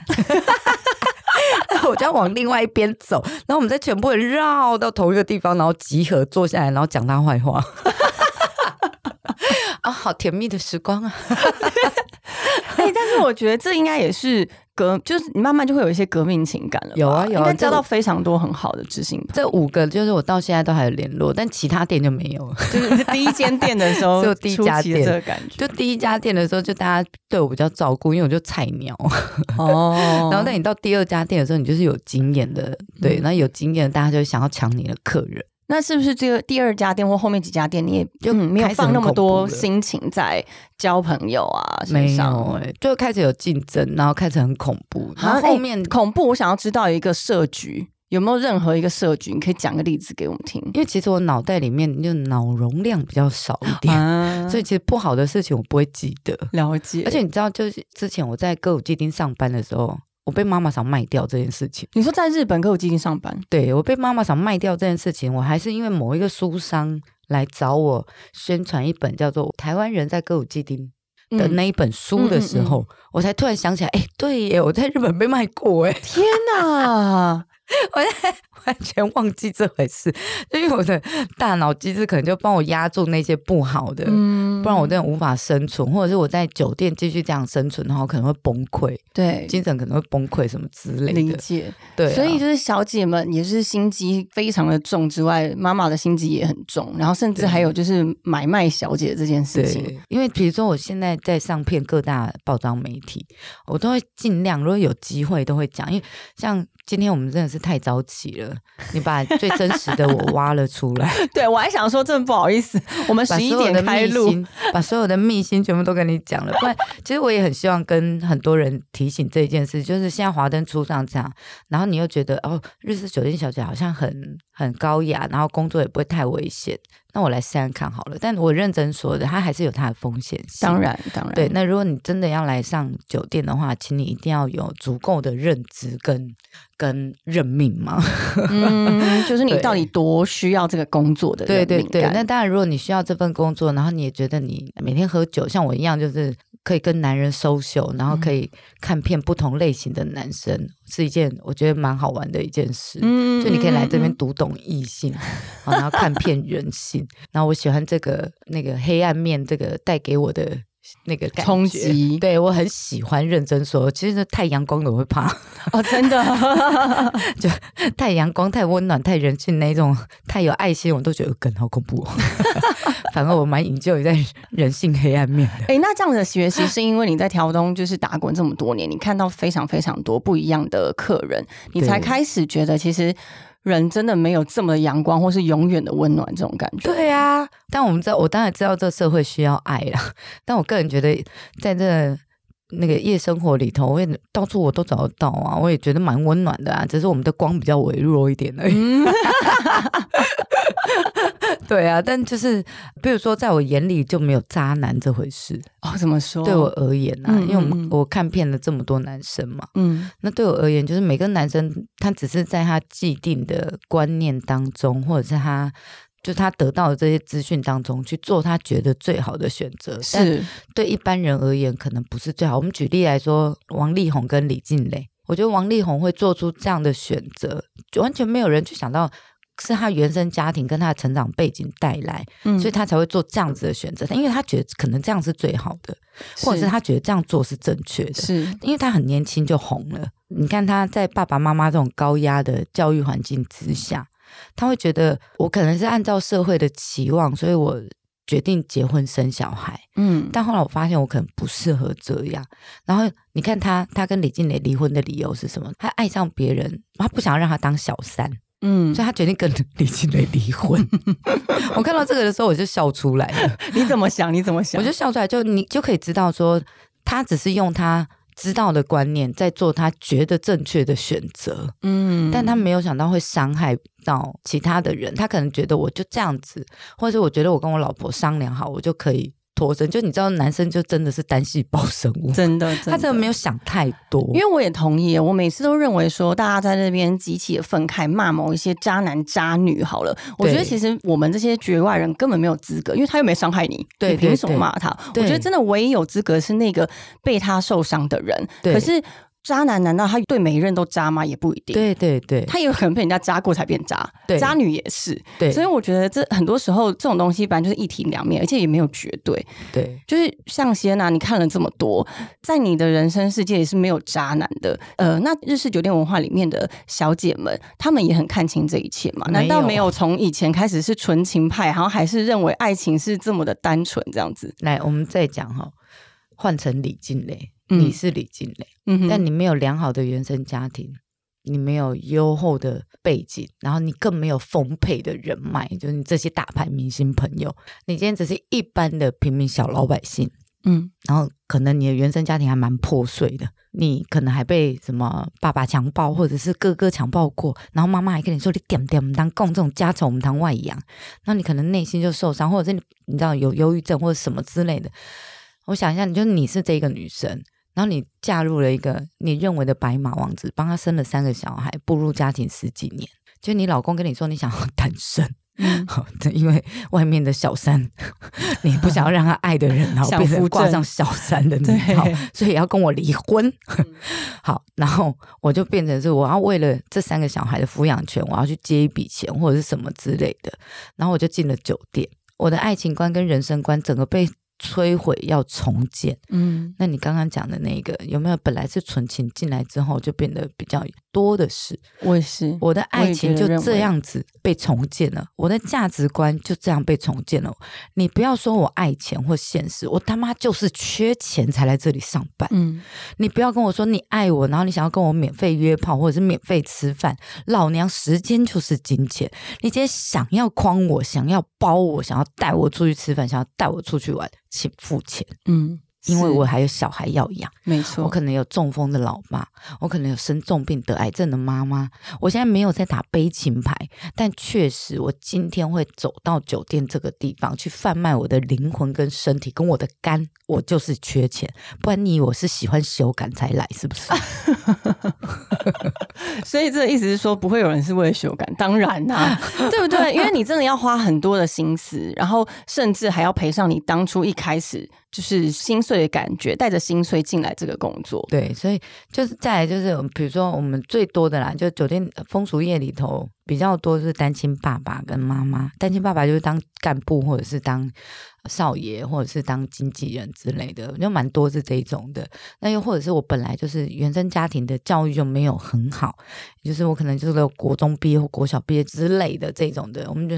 S3: 我就要往另外一边走，然后我们再全部人绕到同一个地方，然后集合坐下来，然后讲她坏话。 啊，好甜蜜的时光啊！
S2: 哎，但是我觉得这应该也是革，就是你慢慢就会有一些革命情感了吧。
S3: 有啊有啊
S2: 应该交
S3: 这
S2: 到非常多很好的知心朋
S3: 这五个就是我到现在都还有联络，但其他店就没有了。
S2: 友， 就是第一间店的时候，
S3: 只有第一家
S2: 初期的这
S3: 店
S2: 个感觉。
S3: 就第一家店的时候，就大家对我比较照顾，因为我就菜鸟。
S2: 哦
S3: 然后，但你到第二家店的时候，你就是有经验的，对，
S2: 嗯
S3: 那有经验的，大家就会想要抢你的客人。
S2: 那是不是这个第二家店或后面几家店，你也就
S3: 就
S2: 没有
S3: 开始
S2: 放
S3: 很
S2: 那么
S3: 恐
S2: 多
S3: 怖了
S2: 心情在交朋友啊？身
S3: 没
S2: 上
S3: 有哎、就开始有竞争，然后开始很恐怖，然后
S2: 哎
S3: 后面、
S2: 恐怖，我想要知道一个设局有没有任何一个设局，你可以讲个例子给我们听。
S3: 因为其实我脑袋里面就脑容量比较少一点，
S2: 啊
S3: 所以其实不好的事情我不会记得。
S2: 了解，
S3: 而且你知道，就是之前我在歌舞伎町上班的时候，我被妈妈桑卖掉这件事情。
S2: 你说在日本歌舞伎町上班，
S3: 对我被妈妈桑卖掉这件事情，我还是因为某一个书商来找我宣传一本叫做《台湾人在歌舞伎町》
S2: 嗯
S3: 的那一本书的时候，我才突然想起来，哎、对耶，我在日本被卖过哎，
S2: 天哪，
S3: 完全忘记这回事，就因为我的大脑机制可能就帮我压住那些不好的。
S2: 嗯
S3: 不然我真的无法生存，或者是我在酒店继续这样生存的话，我可能会崩溃，
S2: 对
S3: 精神可能会崩溃什么之类
S2: 理
S3: 的。
S2: 解，
S3: 对啊、
S2: 所以就是小姐们也是心机非常的重之外，妈妈的心机也很重，然后甚至
S3: 对
S2: 还有就是买卖小姐这件事情，
S3: 对，因为比如说我现在在上片各大报章媒体，我都会尽量，如果有机会都会讲。因为像今天我们真的是太早起了，你把最真实的我挖了出来，
S2: 对我还想说，真的不好意思，我们
S3: 把所
S2: 十一
S3: 有的
S2: 点开
S3: 秘
S2: 录，
S3: 辛，把所有的秘辛全部都跟你讲了。不然，其实我也很希望跟很多人提醒这一件事，就是现在华灯初上这样，然后你又觉得哦，日式酒店小姐好像很很高雅，然后工作也不会太危险，那我来试试看好了。但我认真说的，它还是有它的风险性。
S2: 当然当然，
S3: 对，那如果你真的要来上酒店的话，请你一定要有足够的认知跟跟认命嘛。
S2: 嗯，就是你
S3: 对
S2: 到底多需要这个工作的
S3: 对
S2: 人
S3: 对
S2: 敏
S3: 对，
S2: 感
S3: 那当然，如果你需要这份工作，然后你也觉得你每天喝酒，像我一样，就是可以跟男人 social，然后
S2: 嗯
S3: 可以看遍不同类型的男生，是一件我觉得蛮好玩的一件事。
S2: 嗯
S3: 就你可以来这边
S2: 嗯
S3: 读懂异性，好然后看遍人性。然后我喜欢这个那个黑暗面，这个带给我的那个感觉
S2: 嗯冲 击
S3: 对我很喜欢认真说。其实太阳光的我会怕，
S2: 嗯哦，真的，
S3: 太阳光、太温暖、太人性那一种，太有爱心，我都觉得梗好恐怖、 哦。反而我蛮引咎在人性黑暗面的。
S2: 哎、那这样的学习是因为你在条东就是打滚这么多年，你看到非常非常多不一样的客人，你才
S3: 对
S2: 开始觉得其实人真的没有这么的阳光，或是永远的温暖这种感觉。
S3: 对啊，但我们知道，我当然知道这社会需要爱啦。 但我个人觉得，在这那个夜生活里头，我也到处我都找得到啊，我也觉得蛮温暖的啊。只是我们的光比较微弱一点而已。
S2: 嗯，
S3: 对啊，但就是比如说，在我眼里就没有渣男这回事。
S2: 哦，怎么说？
S3: 对我，而言啊，
S2: 嗯
S3: 因为我
S2: 嗯
S3: 们
S2: 嗯
S3: 我看遍了这么多男生嘛，
S2: 嗯
S3: 那对我而言，就是每个男生他只是在他既定的观念当中，或者是他就他得到的这些资讯当中去做他觉得最好的选择。但
S2: 是，
S3: 对一般人而言，可能不是最好。我们举例来说，王力宏跟李静蕾，我觉得王力宏会做出这样的选择，就完全没有人去想到。是他原生家庭跟他的成长背景带来，
S2: 嗯
S3: 所以他才会做这样子的选择，因为他觉得可能这样是最好的，或者是他觉得这样做是正确的。
S2: 是
S3: 因为他很年轻就红了。你看他在爸爸妈妈这种高压的教育环境之下，他会觉得我可能是按照社会的期望，所以我决定结婚生小孩。
S2: 嗯，
S3: 但后来我发现我可能不适合这样。然后你看他，他跟李静蕾离婚的理由是什么？他爱上别人，他不想让他当小三，
S2: 嗯
S3: 所，以他决定跟李静蕾离 婚。我看到这个的时候，我就笑出来了。
S2: 你怎么想？你怎么想？
S3: 我就笑出来，就你就可以知道说，他只是用他知道的观念在做他觉得正确的选择，
S2: 嗯
S3: 但他没有想到会伤害到其他的人。他可能觉得我就这样子，或者是我觉得我跟我老婆商量好，我就可以脱身。就你知道，男生就真的是单细胞生物，
S2: 真的，
S3: 他真的没有想太多，
S2: 因为我也同意，我每次都认为说，大家在那边集体的愤慨骂某一些渣男渣女好了，我觉得
S3: 对
S2: 其实我们这些局外人根本没有资格，因为他又没伤害你，
S3: 对
S2: 你凭什么
S3: 对对
S2: 骂他？我
S3: 对
S2: 觉得真的唯一有资格是那个被他受伤的人。
S3: 对
S2: 可是渣男难道他对每一任都渣吗？也不一定。
S3: 对对对
S2: 他也有可能被人家渣过才变渣，
S3: 对
S2: 渣女也是，
S3: 对，
S2: 所以我觉得这很多时候这种东西本来就是一体两面，而且也没有绝对。
S3: 对
S2: 就是像些呐，你看了这么多，在你的人生世界也是没有渣男的。呃，那日式酒店文化里面的小姐们，她们也很看清这一切嘛？难道
S3: 没有啊
S2: 没有从以前开始是纯情派，然后还是认为爱情是这么的单纯这样子？
S3: 来，我们再讲哈、换成李静蕾，
S2: 嗯
S3: 你是李静蕾。
S2: 嗯哼，
S3: 但你没有良好的原生家庭，你没有优厚的背景，然后你更没有丰沛的人脉，就是你这些大牌明星朋友，你今天只是一般的平民小老百姓，
S2: 嗯
S3: 然后可能你的原生家庭还蛮破碎的，你可能还被什么爸爸强暴，或者是哥哥强暴过，然后妈妈还跟你说你点点我们当供这种家丑我们当外扬，那你可能内心就受伤，或者是你你知道有忧郁症或者什么之类的。我想一下，你就你是这个女生，然后你嫁入了一个你认为的白马王子，帮他生了三个小孩，步入家庭十几年，就你老公跟你说你想要 单身，
S2: 嗯
S3: 好，这 因为外面的小 三，你不想要让他爱的人，然后
S2: 想
S3: 变成
S2: 扶
S3: 挂
S2: 正
S3: 上小三的名号
S2: 对，嗯
S3: 所以要跟我离婚。 好，然后我就变成是我要为了这三个小孩的抚养权，我要去借一笔钱或者是什么之类的，然后我就进了酒店，我的爱情观跟人生观整个被摧毁，要重建。
S2: 嗯
S3: 那你刚刚讲的那个有没有本来是纯情，进来之后就变得比较多的是？
S2: 我也是，
S3: 我的爱情就
S2: 我也觉得认
S3: 这
S2: 为
S3: 样子被重建了，我的价值观就这样被重建了。你不要说我爱钱或现实，我他妈就是缺钱才来这里上班。
S2: 嗯
S3: 你不要跟我说你爱我，然后你想要跟我免费约炮或者是免费吃饭，老娘时间就是金钱。你今天想要诓我，想要包我，想要带我出去吃饭，想要带我出去玩，请付钱，
S2: 嗯，
S3: 因为
S2: 是
S3: 我还有小孩要养。
S2: 没错，
S3: 我可能有中风的老妈，我可能有生重病得癌症的妈妈。我现在没有在打悲情牌，但确实我今天会走到酒店这个地方去贩卖我的灵魂跟身体跟我的肝，我就是缺钱。不然你以为我是喜欢修改才来是不是？
S2: 所以这个意思是说，不会有人是为了修改，当然啊啦、 对不对？因为你真的要花很多的心思，然后甚至还要赔上你当初一开始就是心碎的感觉，带着心碎进来这个工作。
S3: 对，所以就是再来就是我们，比如说我们最多的啦，就酒店风俗业里头比较多是单亲爸爸跟妈妈，单亲爸爸就是当干部或者是当少爷或者是当经纪人之类的，就蛮多是这一种的。那又或者是我本来就是原生家庭的教育就没有很好，就是我可能就是国中毕业或国小毕业之类的这种的，我们就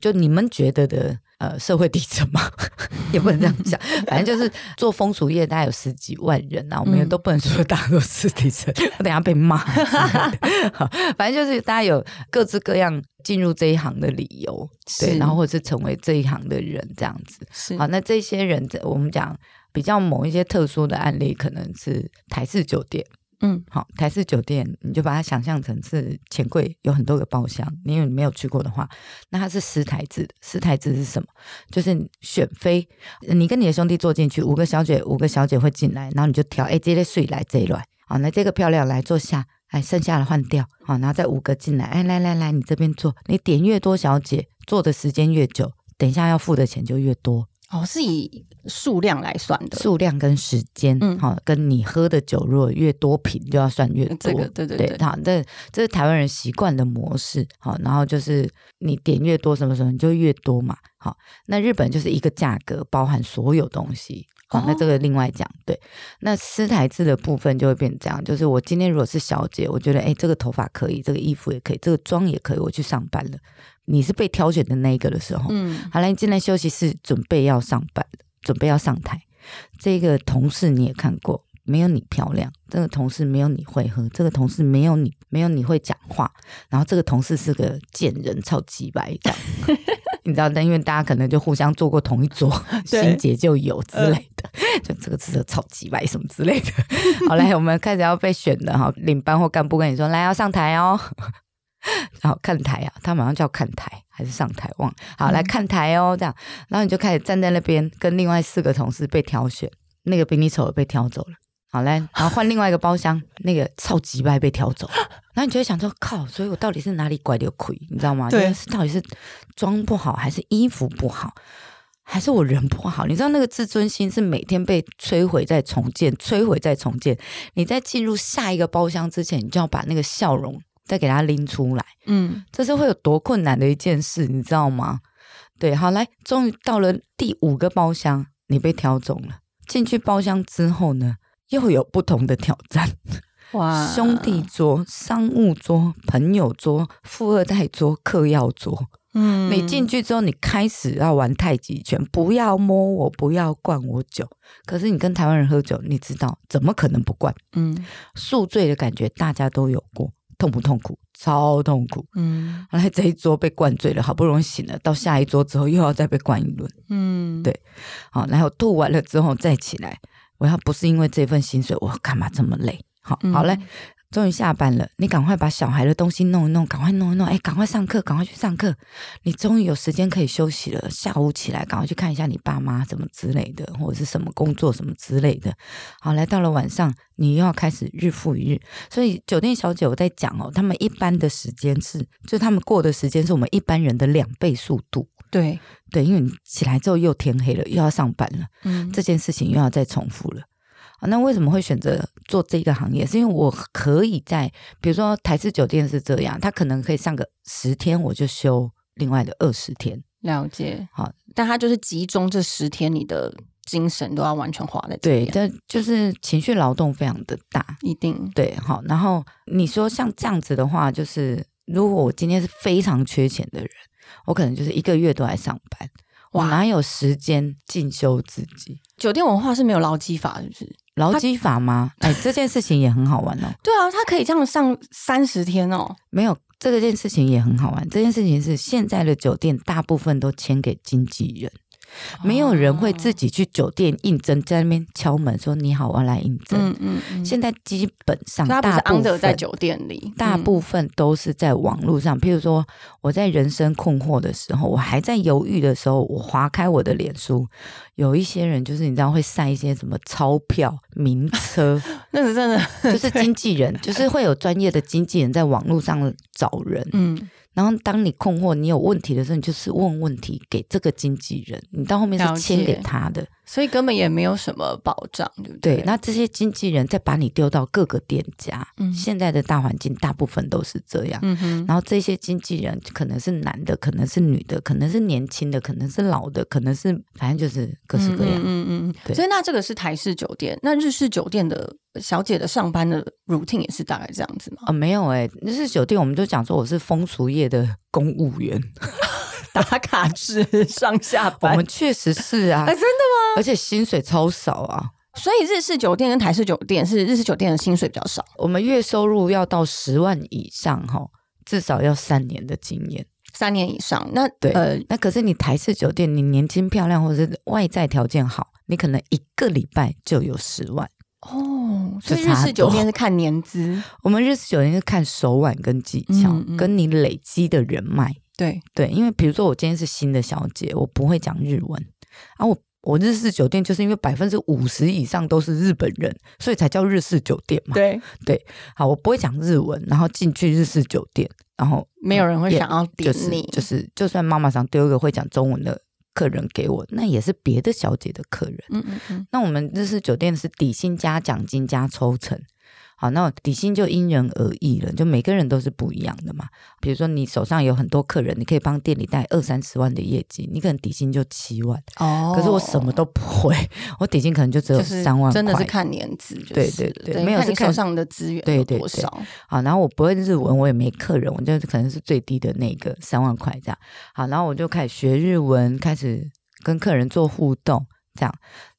S3: 就你们觉得的呃社会底层嘛， 也不能这样讲，反正就是做风俗业，大概有十几万人啊，我们也
S2: 嗯
S3: 都不能说大家都是底层， 我等一下被骂之类的。好反正就是大家有各式各样进入这一行的理由，对，
S2: 是嗯啊
S3: 然后或者是成为这一行的人这样子。
S2: 是
S3: 好，那这些人，我们讲比较某一些特殊的案例，可能是台式酒店。
S2: 嗯，
S3: 好，台式酒店，你就把它想象成是钱柜有很多个包厢，因为你没有去过的话，那它是十台制的。十台制是什么？就是选妃，你跟你的兄弟坐进去，五个小姐，五个小姐会进来，然后你就挑，哎、这类睡来这一来，好，那这个漂亮来坐下，哎，剩下的换掉，好，然后再五个进来，哎，来来来，你这边坐，你点越多小姐，坐的时间越久，等一下要付的钱就越多。
S2: 哦，是以数量来算的。
S3: 数量跟时间，
S2: 嗯呃
S3: 好、跟你喝的酒如果越多瓶，就要算越多。
S2: 这个对对对
S3: 好，这这是台湾人习惯的模式，好，然后就是你点越多什么什么，你就越多嘛，好，那日本就是一个价格包含所有东西，好，那
S2: 哦
S3: 这个另外讲，对，那私台制的部分就会变成这样，就是我今天如果是小姐，我觉得哎、这个头发可以，这个衣服也可以，这个妆也可以，我去上班了，你是被挑选的那一个的时候，
S2: 嗯，
S3: 好了，你进来休息室，准备要上班，准备要上台。这个同事你也看过，没有你漂亮，这个同事没有你会喝，这个同事没有你没有你会讲话，然后这个同事是个贱人，超级白这样。 你知道，但因为大家可能就互相坐过同一桌，
S2: 对
S3: 心结就有之类的， 就这个是个超级白什么之类的。 好，来，我们开始要被选的哈，领班或干部跟你说，来要上台哦。 然后看台啊，他马上叫看台还是上台忘了。好，来看台哦，这样，然后你就开始站在那边，跟另外四个同事被挑选，那个比你丑的被挑走了。好来，然后换另外一个包厢，那个超级白被挑走了。然后你就会想说，靠，所以我到底是哪里拐流亏，你知道吗？
S2: 对
S3: 就是到底是妆不好，还是衣服不好，还是我人不好？你知道那个自尊心是每天被摧毁再重建，摧毁再重建。你在进入下一个包厢之前，你就要把那个笑容再给它拎出来。
S2: 嗯，
S3: 这是会有多困难的一件事，你知道吗？对，好，来，终于到了第五个包厢，你被挑中了。进去包厢之后呢，又有不同的挑战：
S2: 哇，
S3: 兄弟，桌、商务桌、朋友桌、富二代桌、嗑药桌。
S2: 嗯
S3: 你进去之后，你开始要玩太极拳，不要摸我，不要灌我酒。可是你跟台湾人喝酒，你知道怎么可能不灌？
S2: 嗯
S3: 宿醉的感觉大家都有过，痛不痛苦？超痛苦。
S2: 嗯
S3: 后来啊这一桌被灌醉了，好不容易醒了，到下一桌之后又要再被灌一轮，
S2: 嗯，
S3: 对好，然后吐完了之后再起来，我要不是因为这份薪水，我干嘛这么累？好，
S2: 嗯
S3: 好嘞，终于下班了，你赶快把小孩的东西弄一弄，赶快弄一弄，哎，赶快上课，赶快去上课，你终于有时间可以休息了。下午起来，赶快去看一下你爸妈什么之类的，或者是什么工作什么之类的。好，来到了晚上，你又要开始日复一日。所以酒店小姐我在讲哦，他们一般的时间是，就他们过的时间是我们一般人的两倍速度。
S2: 对，
S3: 对，因为你起来之后又天黑了，又要上班了。
S2: 嗯
S3: 这件事情又要再重复了。啊那为什么会选择做这个行业？是因为我可以在，比如说台式酒店是这样，它可能可以上个十天，我就休另外的二十天。
S2: 了解，
S3: 好，
S2: 但他就是集中这十天，你的精神都要完全花在这
S3: 对，
S2: 边，
S3: 这就是情绪劳动非常的大。
S2: 一定，
S3: 对，好，然后你说像这样子的话，就是如果我今天是非常缺钱的人，我可能就是一个月都来上班，我
S2: 哇
S3: 哪有时间进修自己？
S2: 酒店文化是没有劳基法，是不是？
S3: 劳基法吗？哎，这件事情也很好玩哦。
S2: 对啊，他可以这样上三十天哦，
S3: 没有这个件事情也很好玩。这件事情是现在的酒店大部分都签给经纪人，没有人会自
S2: 己，
S3: 己去酒店应征，在那边敲门说你好，我要来应征。
S2: 嗯嗯嗯，
S3: 现在基本上
S2: 所以他不是
S3: 大部
S2: under
S3: 分
S2: 在酒店里，
S3: 大
S2: 嗯
S3: 部分都是在网络上，譬如说我在人生困惑的时候，我还在犹豫的时候，我划开我的脸书，有一些人就是你知道会晒一些什么钞票、名 车，
S2: 嗯那是真的，
S3: 就是经纪人，就是会有专业的经纪人在网络上找人，
S2: 嗯
S3: 然后当你困惑、你有问题的时候，你就是问问题给这个经纪人，你到后面
S2: 了
S3: 是
S2: 解
S3: 签给他的。
S2: 所以根本也没有什么保障，对不
S3: 对
S2: 对，
S3: 那这些经纪人再把你丢到各个店家，
S2: 嗯
S3: 现在的大环境大部分都是这样。
S2: 嗯哼，
S3: 然后这些经纪人可能是男的，可能是女的，可能是年轻的，可能是老的，可能是反正就是各式各样。
S2: 嗯嗯嗯嗯。
S3: 对
S2: 所以那这个是台式酒店，那日式酒店的小姐的上班的 routine 也是大概这样 子吗？
S3: 啊、没有哎、那是酒店，我们就讲说我是风俗业的公务 员，
S2: 打卡制上下
S3: 我
S2: 班
S3: 们。确实是啊
S2: 哎、，真的
S3: 而且薪水超少啊，
S2: 吗？所以日式酒店跟台式酒店是日式酒店的薪水比较少，
S3: 我们月收入要到十万以上哈，至少要三年的经验。
S2: 三年以上。那
S3: 对，
S2: 呃，
S3: 那可是你台式酒店，你年轻漂亮或者是外在条件好，你可能一个礼拜就有十万。
S2: 哦，所
S3: 就
S2: 以日
S3: 差很
S2: 式酒
S3: 多
S2: 店是看年资，
S3: 我们日式酒店是看手腕跟技巧，
S2: 嗯嗯
S3: 跟你累积的人脉。
S2: 对，
S3: 对，因为比如说我今天是新的小姐，我不会讲日文啊，我我日式酒店就是因为百分之五十以上都是日本人，所以才叫日式酒店嘛。嗯
S2: 对，
S3: 好，我不会讲日文，然后进去日式酒店，然后
S2: 没有人会
S3: 也
S2: 想要顶
S3: 就是
S2: 你，
S3: 就是，就算妈妈桑丢一个会讲中文的客人给我，那也是别的小姐的客人。
S2: 嗯嗯嗯，
S3: 那我们日式酒店是底薪加奖金加抽成。好，那底薪就因人而异了，就每个人都是不一样的嘛。比如说你手上有很多客人，你可以帮店里带二三十万的业绩，你可能底薪就七万，
S2: 哦
S3: 可是我什么都不会，我底薪可能就只有
S2: 就是
S3: 三万块。
S2: 真的是看年资，就是
S3: 对对对
S2: 对，
S3: 没有
S2: 看
S3: 是
S2: 你手
S3: 看
S2: 上的资源
S3: 对
S2: 有
S3: 对
S2: 多
S3: 对
S2: 少，
S3: 好，然后我不会日文，我也没客人，我就可能是最低的那个三万块这样。好，然后我就开始学日文，开始跟客人做互动，这样。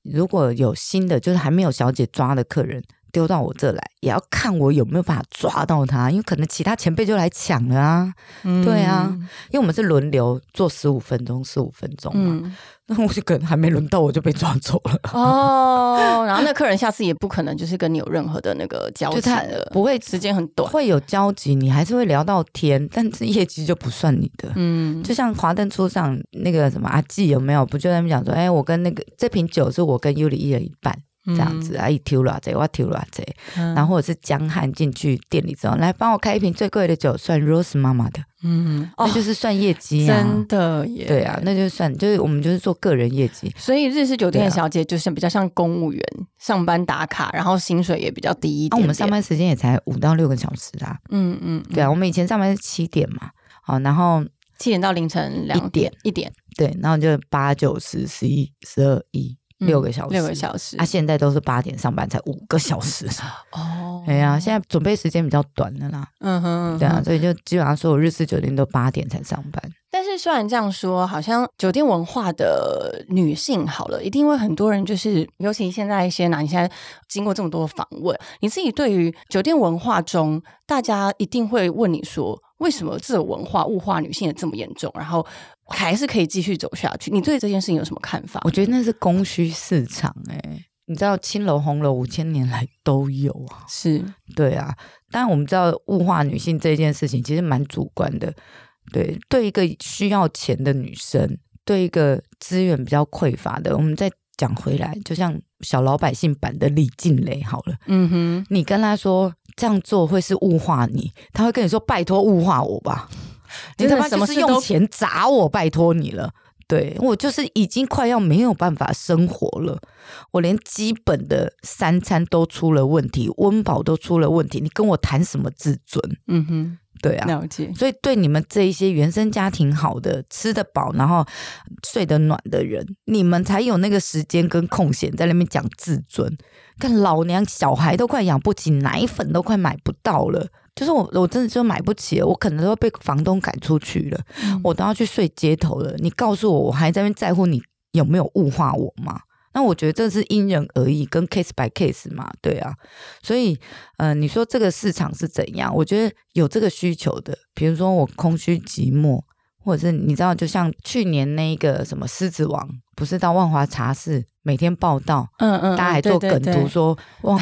S3: 如果有新的，就是还没有小姐抓的客人丢到我这来，也要看我有没有办法抓到他，因为可能其他前辈就来抢了啊。对啊
S2: 嗯
S3: 因为我们是轮流做十五分钟，十五分钟嘛，
S2: 嗯，
S3: 那、 我就可能还没轮到我就被抓走了。
S2: 哦，然后那客人下次也不可能就是跟你有任何的那个交
S3: 就
S2: 集
S3: 他
S2: 了，
S3: 不会
S2: 时间很短，
S3: 会有交集，你还是会聊到天，但是业绩就不算你的。
S2: 嗯，
S3: 就像《华灯初上》那个什么阿纪有没有？不就在那边讲说，哎、我跟那个这瓶酒是我跟尤里一人一半这样子，啊，一丢了这，我丢了这，
S2: 嗯，
S3: 然后或者是江汉进去店里之后，来帮我开一瓶最贵的酒，算 Rose 妈妈的，
S2: 嗯，哦
S3: 那，就是算业绩啊
S2: 真。的耶，
S3: 对啊，。那就算就是我们就是做个人业绩，
S2: 所以日式酒店的
S3: 对啊
S2: 小姐就是比较像公务员，上班打卡，然后薪水也比较低一
S3: 啊，
S2: 点点。
S3: 我们上，班时间也才五到六个小时啊。
S2: 嗯嗯，嗯
S3: 对啊，我们以前上班是七点嘛，好，然后
S2: 七点到凌晨两点一点
S3: 对，然后就八九十十一十二一
S2: 嗯
S3: 六个小时，
S2: 六个小时
S3: 啊，现在都是八点上班，才五个小时。
S2: 哦
S3: 哎呀，现在准备时间比较短了啦，
S2: 嗯哼，
S3: 对啊，
S2: 嗯哼。
S3: 所以就基本上所有日式酒店都八点才上班。
S2: 但是虽然这样说，好像酒店文化的女性好了，一定会很多人就是，尤其现在一些男现在经过这么多访问，你自己对于酒店文化中，大家一定会问你说，为什么这种文化物化女性的这么严重，然后还是可以继续走下去？你对这件事情有什么看法？
S3: 我觉得那是供需市场哎、你知道青楼红楼五千年来都有啊，
S2: 是，
S3: 对啊。当然我们知道物化女性这件事情其实蛮主观的，对，对一个需要钱的女生，对一个资源比较匮乏的，我们再讲回来，就像小老百姓版的李静蕾好了。
S2: 嗯哼，
S3: 你跟他说这样做会是物化你，他会跟你说拜托物化我 吧，你
S2: 真的
S3: 他妈
S2: 什么
S3: 就
S2: 事
S3: 是
S2: 都
S3: 用钱砸我，拜托你了。对我就是已经快要没有办法生活了，我连基本的三餐都出了问题，温饱都出了问题，你跟我谈什么自尊？
S2: 嗯哼，
S3: 对啊，
S2: 了解，
S3: 所以对你们这一些原生家庭好的、吃得饱、然后睡得暖的人，你们才有那个时间跟空闲在那边讲自尊。看老娘小孩都快养不起，奶粉都快买不到了。就是我，我真的就买不起了，我可能都要被房东赶出去了，我都要去睡街头了。你告诉我，我还在那边在乎你有没有物化我吗？那我觉得这是因人而异，跟 case by case 嘛，对啊。所以，呃，你说这个市场是怎样？我觉得有这个需求的，比如说我空虚寂寞，或者是你知道，就像去年那个什么狮子王，不是到万华茶室每天报道，
S2: 嗯嗯，
S3: 大家还
S2: 对
S3: 做
S2: 对
S3: 梗
S2: 对
S3: 图 说，哇，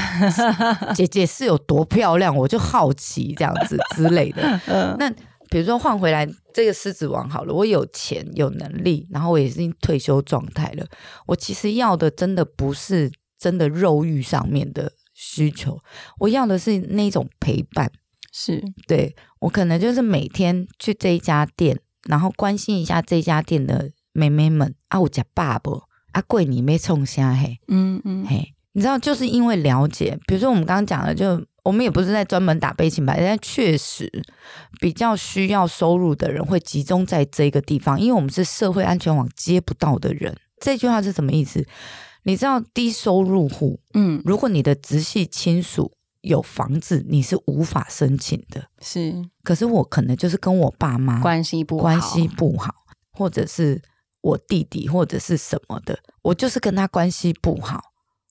S3: 姐姐是有多漂亮，我就好奇这样子之类的。
S2: 嗯
S3: 那比如说换回来这个狮子王好了，我有钱有能力，然后我也是退休状态了，我其实要的真的不是真的肉欲上面的需求，我要的是那种陪伴。
S2: 是
S3: 对我可能就是每天去这一家店，然后关心一下这家店的妹妹们啊，我家爸不啊，贵你没冲虾嘿
S2: 嗯嗯，
S3: 嘿，你知道，就是因为了解，比如说我们刚刚讲的就，我们也不是在专门打悲情牌，但确实比较需要收入的人会集中在这个地方，因为我们是社会安全网接不到的人。这句话是什么意思？你知道低收入户，
S2: 嗯
S3: 如果你的直系亲属有房子，你是无法申请的。
S2: 是
S3: 可是我可能就是跟我爸妈
S2: 嗯关系不好
S3: 关系不好，或者是我弟弟或者是什么的，我就是跟他关系不好，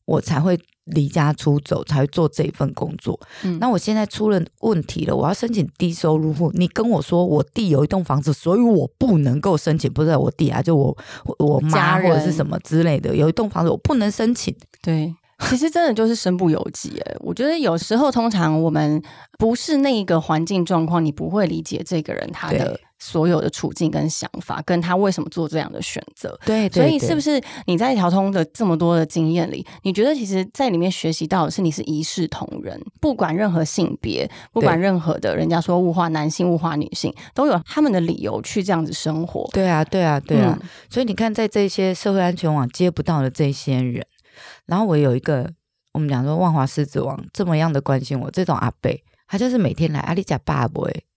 S3: 我才会离家出走，才会做这一份工作。
S2: 嗯
S3: 那我现在出了问题了，我要申请低收入户，你跟我说我弟有一栋房子，所以我不能够申请，不是我弟啊，就我我我妈
S2: 家
S3: 或者是
S2: 人
S3: 什么之类的，有一栋房子我不能申请，
S2: 对。其实真的就是身不由己哎，我觉得有时候通常我们不是那一个环境状况，你不会理解这个人他的
S3: 对
S2: 所有的处境跟想法，跟他为什么做这样的选择。
S3: 对
S2: 所以是不
S3: 是？
S2: 是你在调通的这么多的经验里，你觉得其实在里面学习到的是你是一视同仁，不管任何性别，不管任何的人家说物化男性、物化女性，都有他们的理由去这样子生活。
S3: 对啊，对啊，对啊，
S2: 嗯
S3: 所以你看，在这些社会安全网接不到的这些人，然后我有一个，我们讲说万华狮子王这么样的关心我，这种阿贝，他就是每天来啊阿里家爸爸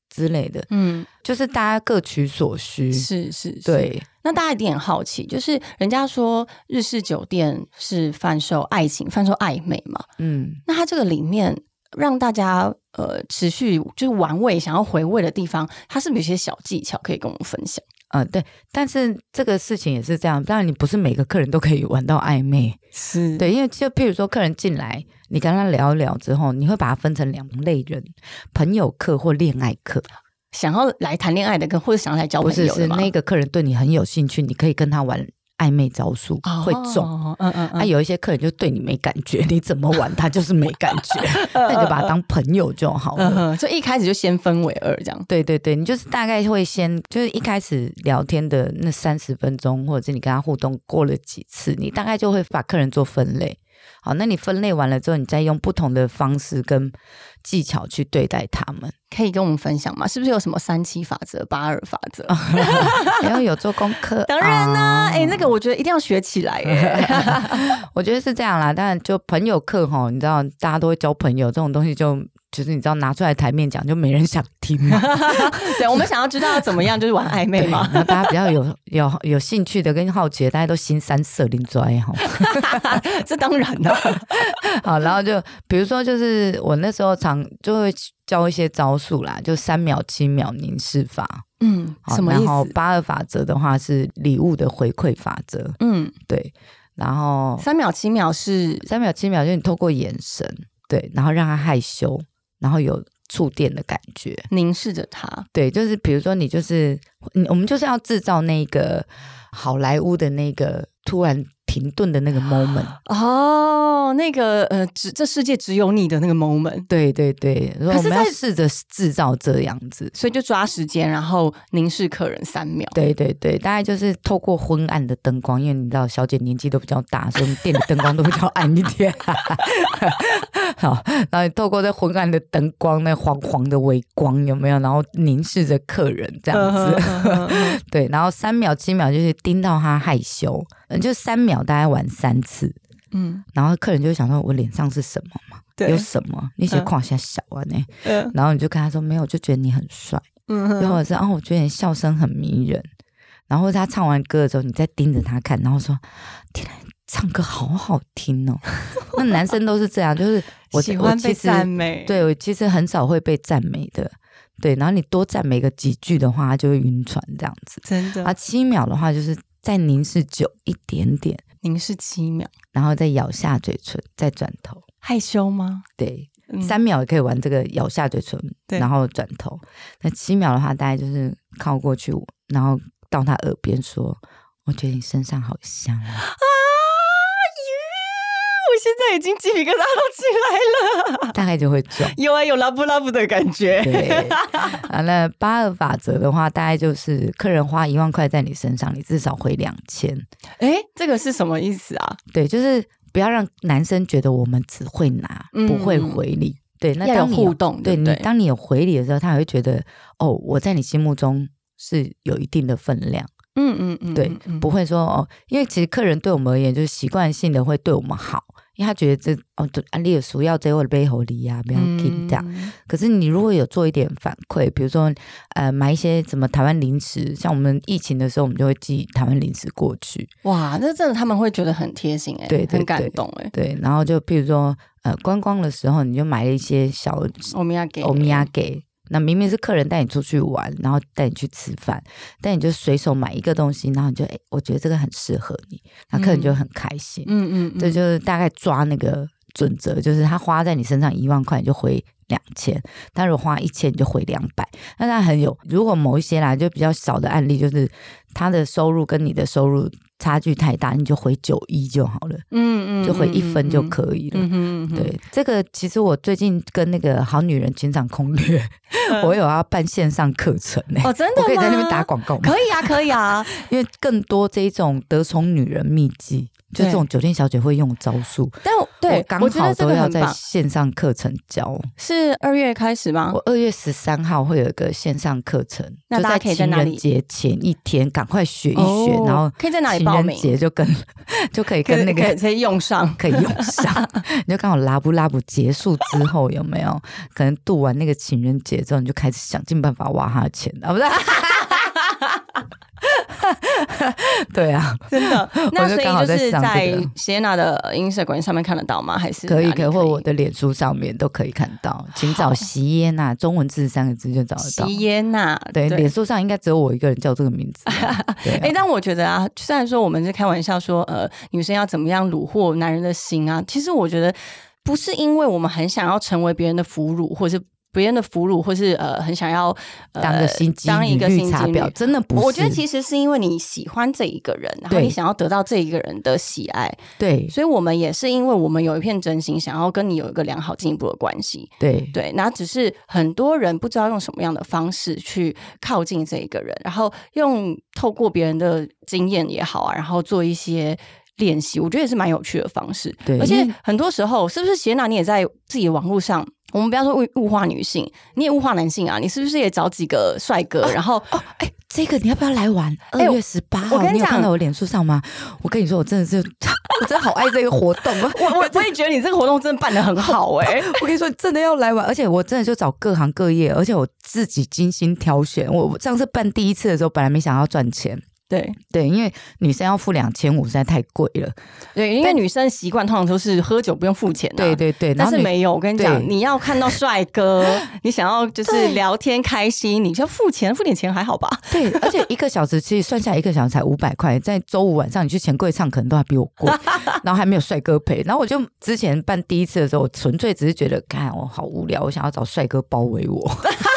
S3: 之类的，
S2: 嗯，
S3: 就是大家各取所需。
S2: 是是，是。
S3: 对，
S2: 那大家一定很好奇，就是人家说日式酒店是贩售爱情、贩售暧昧嘛？
S3: 嗯，
S2: 那它这个里面让大家呃持续就是玩味、想要回味的地方，它是不是有些小技巧可以跟我们分享？
S3: 呃，对，但是这个事情也是这样，当然你不是每个客人都可以玩到暧昧，
S2: 是对，
S3: 对，因为就譬如说客人进来，你跟他聊一聊之后，你会把他分成两类人，朋友客或恋爱客。
S2: 想要来谈恋爱的跟或者想要来交
S3: 哦不
S2: 朋
S3: 是
S2: 友
S3: 是
S2: 的吗？
S3: 那个客人对你很有兴趣，你可以跟他玩暧昧招数，
S2: 哦
S3: 会中。
S2: 嗯嗯嗯，
S3: 啊，有一些客人就对你没感觉，你怎么玩他就是没感 觉，那你就把他当朋友就好
S2: 嗯
S3: 了。
S2: 哼，就一开始就先分为二这样。
S3: 对对对，你就是大概会先，就是一开始聊天的那三十分钟，或者是你跟他互动过了几次，你大概就会把客人做分类。好，那你分类完了之后，你再用不同的方式跟技巧去对待他 们。
S2: 可以跟我们分享吗？是不是有什么三七法则、八二法则？
S3: 哦然后哎有做功课，
S2: 当然啦、
S3: 啊
S2: 哎、那个我觉得一定要学起 来耶。
S3: 我觉得是这样啦，当然就朋友课哈，你知道大家都会交朋友这种东西就，就是你知道拿出来台面讲，就没人想听 嘛，
S2: 对，我们想要知道怎么样就是玩暧昧
S3: 对
S2: 嘛
S3: 然。后大家比较有有有兴趣的跟好奇的，大家都新三色林拽哈。
S2: 这当然啦、
S3: 好，然后就比如说就是我那时候常就会教一些招数啦，就三秒、七秒凝视法，
S2: 嗯，
S3: 好
S2: 什么意
S3: 然后
S2: 思？
S3: 八二法则的话是礼物的回馈法则，
S2: 嗯，
S3: 对，然后
S2: 三秒七秒是
S3: 三秒七秒，就是你透过眼神，对，然后让他害羞，然后有触电的感觉，
S2: 凝视着他。
S3: 对，就是比如说你就是，你我们就是要制造那个好莱坞的那个突然停顿的那
S2: 啊
S3: 个 moment，
S2: 哦，那个呃，只这世界只有你的那个 moment，
S3: 对对对，然后我
S2: 可是
S3: 们要
S2: 在
S3: 试着制造这样子，
S2: 所以就抓时间，然后凝视客人三秒。
S3: 对对对，大概就是透过昏暗的灯光，因为你知道小姐年纪都比较大，所以我们店里灯光都比较暗一点。 好，然后你透过这昏暗的灯光，那黄黄的微光有没有？然后凝视着客人这样
S2: 嗯
S3: 子， 对，然后三秒七秒就是盯到他害羞，嗯，就三秒大概玩三次，
S2: 嗯，
S3: 然后客人就会想说我脸上是什么嘛？有
S2: 对，
S3: 什么？你写框下小啊呢？
S2: 嗯
S3: 然后你就跟他说没有，就觉得你很帅。又
S2: 嗯
S3: 或者是哦，我觉得你笑声很迷人，然后他唱完歌的时候，你再盯着他看，然后说：“天啊，唱歌好好听哦。” 那男生都是这样，就是我
S2: 喜
S3: 我
S2: 欢
S3: 其
S2: 被
S3: 实
S2: 赞美。，
S3: 对我其实很少会被赞美的，对。然后你多赞美个几句的话，他就会晕船这样子。
S2: 真的
S3: 啊，七秒的话就是再凝视久一点点，
S2: 凝视七秒，
S3: 然后再咬下嘴唇，再转头。
S2: 害羞吗？
S3: 对，
S2: 嗯
S3: 三秒也可以玩这个咬下嘴唇，
S2: 对
S3: 然后转头。那七秒的话，大概就是靠过去，然后到他耳边说：“我觉得你身上好香啊
S2: 我现在已经鸡皮疙瘩都起来了，！”
S3: 大概就会中。
S2: 有啊，有 love love 的感觉。
S3: 对， 啊，那八二法则的话，大概就是客人花一万块在你身上，你至少回两千。
S2: 哎，这个是什么意思啊？
S3: 对，就是不要让男生觉得我们只会拿，
S2: 嗯
S3: 不会回礼。对，那
S2: 要有
S3: 当你
S2: 互动，
S3: 对
S2: 对不
S3: 你
S2: 对，
S3: 当你有回礼的时候，他还会觉得哦，我在你心目中是有一定的分量，
S2: 嗯嗯嗯，
S3: 对
S2: 嗯，嗯
S3: 不会说哦，因为其实客人对我们而言就是习惯性的会对我们好，因为他觉得这哦，就啊，你有熟要这我的背后礼啊，不要听这样。
S2: 嗯
S3: 可是你如果有做一点反馈，比如说呃买一些什么台湾零食，像我们疫情的时候，我们就会寄台湾零食过去，
S2: 哇，那真的他们会觉得很贴心哎、
S3: 对对
S2: 很感
S3: 对
S2: 动哎、
S3: 对，然后就譬如说呃观光的时候，你就买了一些小
S2: 我们要给
S3: 欧米亚给。那明明是客人带你出去玩，然后带你去吃饭，但你就随手买一个东西，然后你就哎、我觉得这个很适合你，那客人就很开心。
S2: 嗯嗯嗯，
S3: 这就是大概抓那个准则，就是他花在你身上一万块，你就回两千；他如果花一千，你就回两百。那他很有，如果某一些啦，就比较少的案例，就是他的收入跟你的收入差距太大，你就回九一就好了，
S2: 嗯嗯
S3: 就回一分就可以了。
S2: 嗯嗯嗯嗯，
S3: 对，这个其实我最近跟那个好女人情场攻略， 我有要办线上课程呢、
S2: 嗯哦，真的
S3: 我可
S2: 吗？
S3: 以在那边打广告吗？
S2: 可以啊，可以 啊，
S3: 因为更多这一种得宠女人秘籍，就
S2: 对
S3: 这种酒店小姐会用的招数，
S2: 但我对
S3: 我刚
S2: 我觉
S3: 好
S2: 得这
S3: 都
S2: 个
S3: 要
S2: 很
S3: 在
S2: 棒，
S3: 线上课程教。
S2: 是二月开始吗
S3: 我？二月十三号会有一个线上课程，
S2: 嗯那
S3: 就
S2: 大家可以在
S3: 情
S2: 哪里
S3: 人节前一天赶快学一学，然后
S2: 哦可以在哪里
S3: 情
S2: 报
S3: 人
S2: 名？
S3: 节就跟就可以
S2: 可以
S3: 跟那
S2: 可以
S3: 个。
S2: 可以 用上，
S3: 可以 用上，你就刚好拉布拉布结束之后有没有？可能度完那个情人节之后，你就开始想尽办法挖他的钱啊，不是？ 对啊，
S2: 真的。那
S3: 我就
S2: 所以
S3: 刚好
S2: 就
S3: 在
S2: 是
S3: 上
S2: 在
S3: 这个
S2: Sienna 的 Instagram 上面看得到吗？还是
S3: 可以
S2: 哪里
S3: 可以，或我的脸书上面都可以看到，请找席耶娜，中文字三个字就找得到。
S2: 席耶娜
S3: 对，脸书上应该只有我一个人叫这个名字 啊。对啊
S2: 哎、但我觉得啊，虽然说我们是开玩笑说，呃，女生要怎么样虏获男人的心啊，其实我觉得不是因为我们很想要成为别人的俘虏，或是别人的俘虏，或是呃，很想要、呃、
S3: 当个心机
S2: 当一
S3: 女
S2: 个
S3: 绿
S2: 心机
S3: 茶
S2: 女
S3: 婊，真的不是。
S2: 我觉得其实是因为你喜欢这一个人，然后
S3: 对
S2: 你想要得到这一个人的喜爱，
S3: 对
S2: 所以我们也是因为我们有一片真心，想要跟你有一个良好进一步的关系。
S3: 对
S2: 对，那只是很多人不知道用什么样的方式去靠近这一个人，然后用透过别人的经验也好啊，然后做一些练习，我觉得也是蛮有趣的方式。
S3: 对
S2: 而
S3: 因
S2: 且
S3: 为
S2: 很多时候，是不是贤娜你也在自己的网络上？我们不要说物物化女性，你也物化男性啊！你是不是也找几个帅哥，然后
S3: 哦，哎、这个你要不要来玩？二
S2: 哎我
S3: 月十八号，
S2: 我跟你
S3: 你有
S2: 讲
S3: 看到我脸书上吗？我跟你说，我真的是， 我真的好爱这个活动啊！
S2: 我 我我也觉得你这个活动真的办的很好哎、
S3: 我跟你说，真的要来玩，而且我真的就找各行各业，而且我自己精心挑选。我我上次办第一次的时候，本来没想要赚钱，
S2: 对
S3: 对，因为女生要付两千五，实在太贵了。
S2: 对，因为女生习惯通常都是喝酒不用付钱、啊，
S3: 对对对，欸然
S2: 但
S3: 后
S2: 是
S3: 女
S2: 没有，我跟你讲，
S3: 对
S2: 你要看到帅 哥，你想要就是
S3: 对
S2: 聊天开心，你就付钱，付点钱还好吧？
S3: 对，而且一个小时其实算下来一个小时才五百块，在周五晚上你去钱柜唱，可能都还比我 贵，然后还没有帅哥陪。然后我就之前办第一次的时候，我纯粹只是觉得，看我好无聊，我想要找帅哥包围我。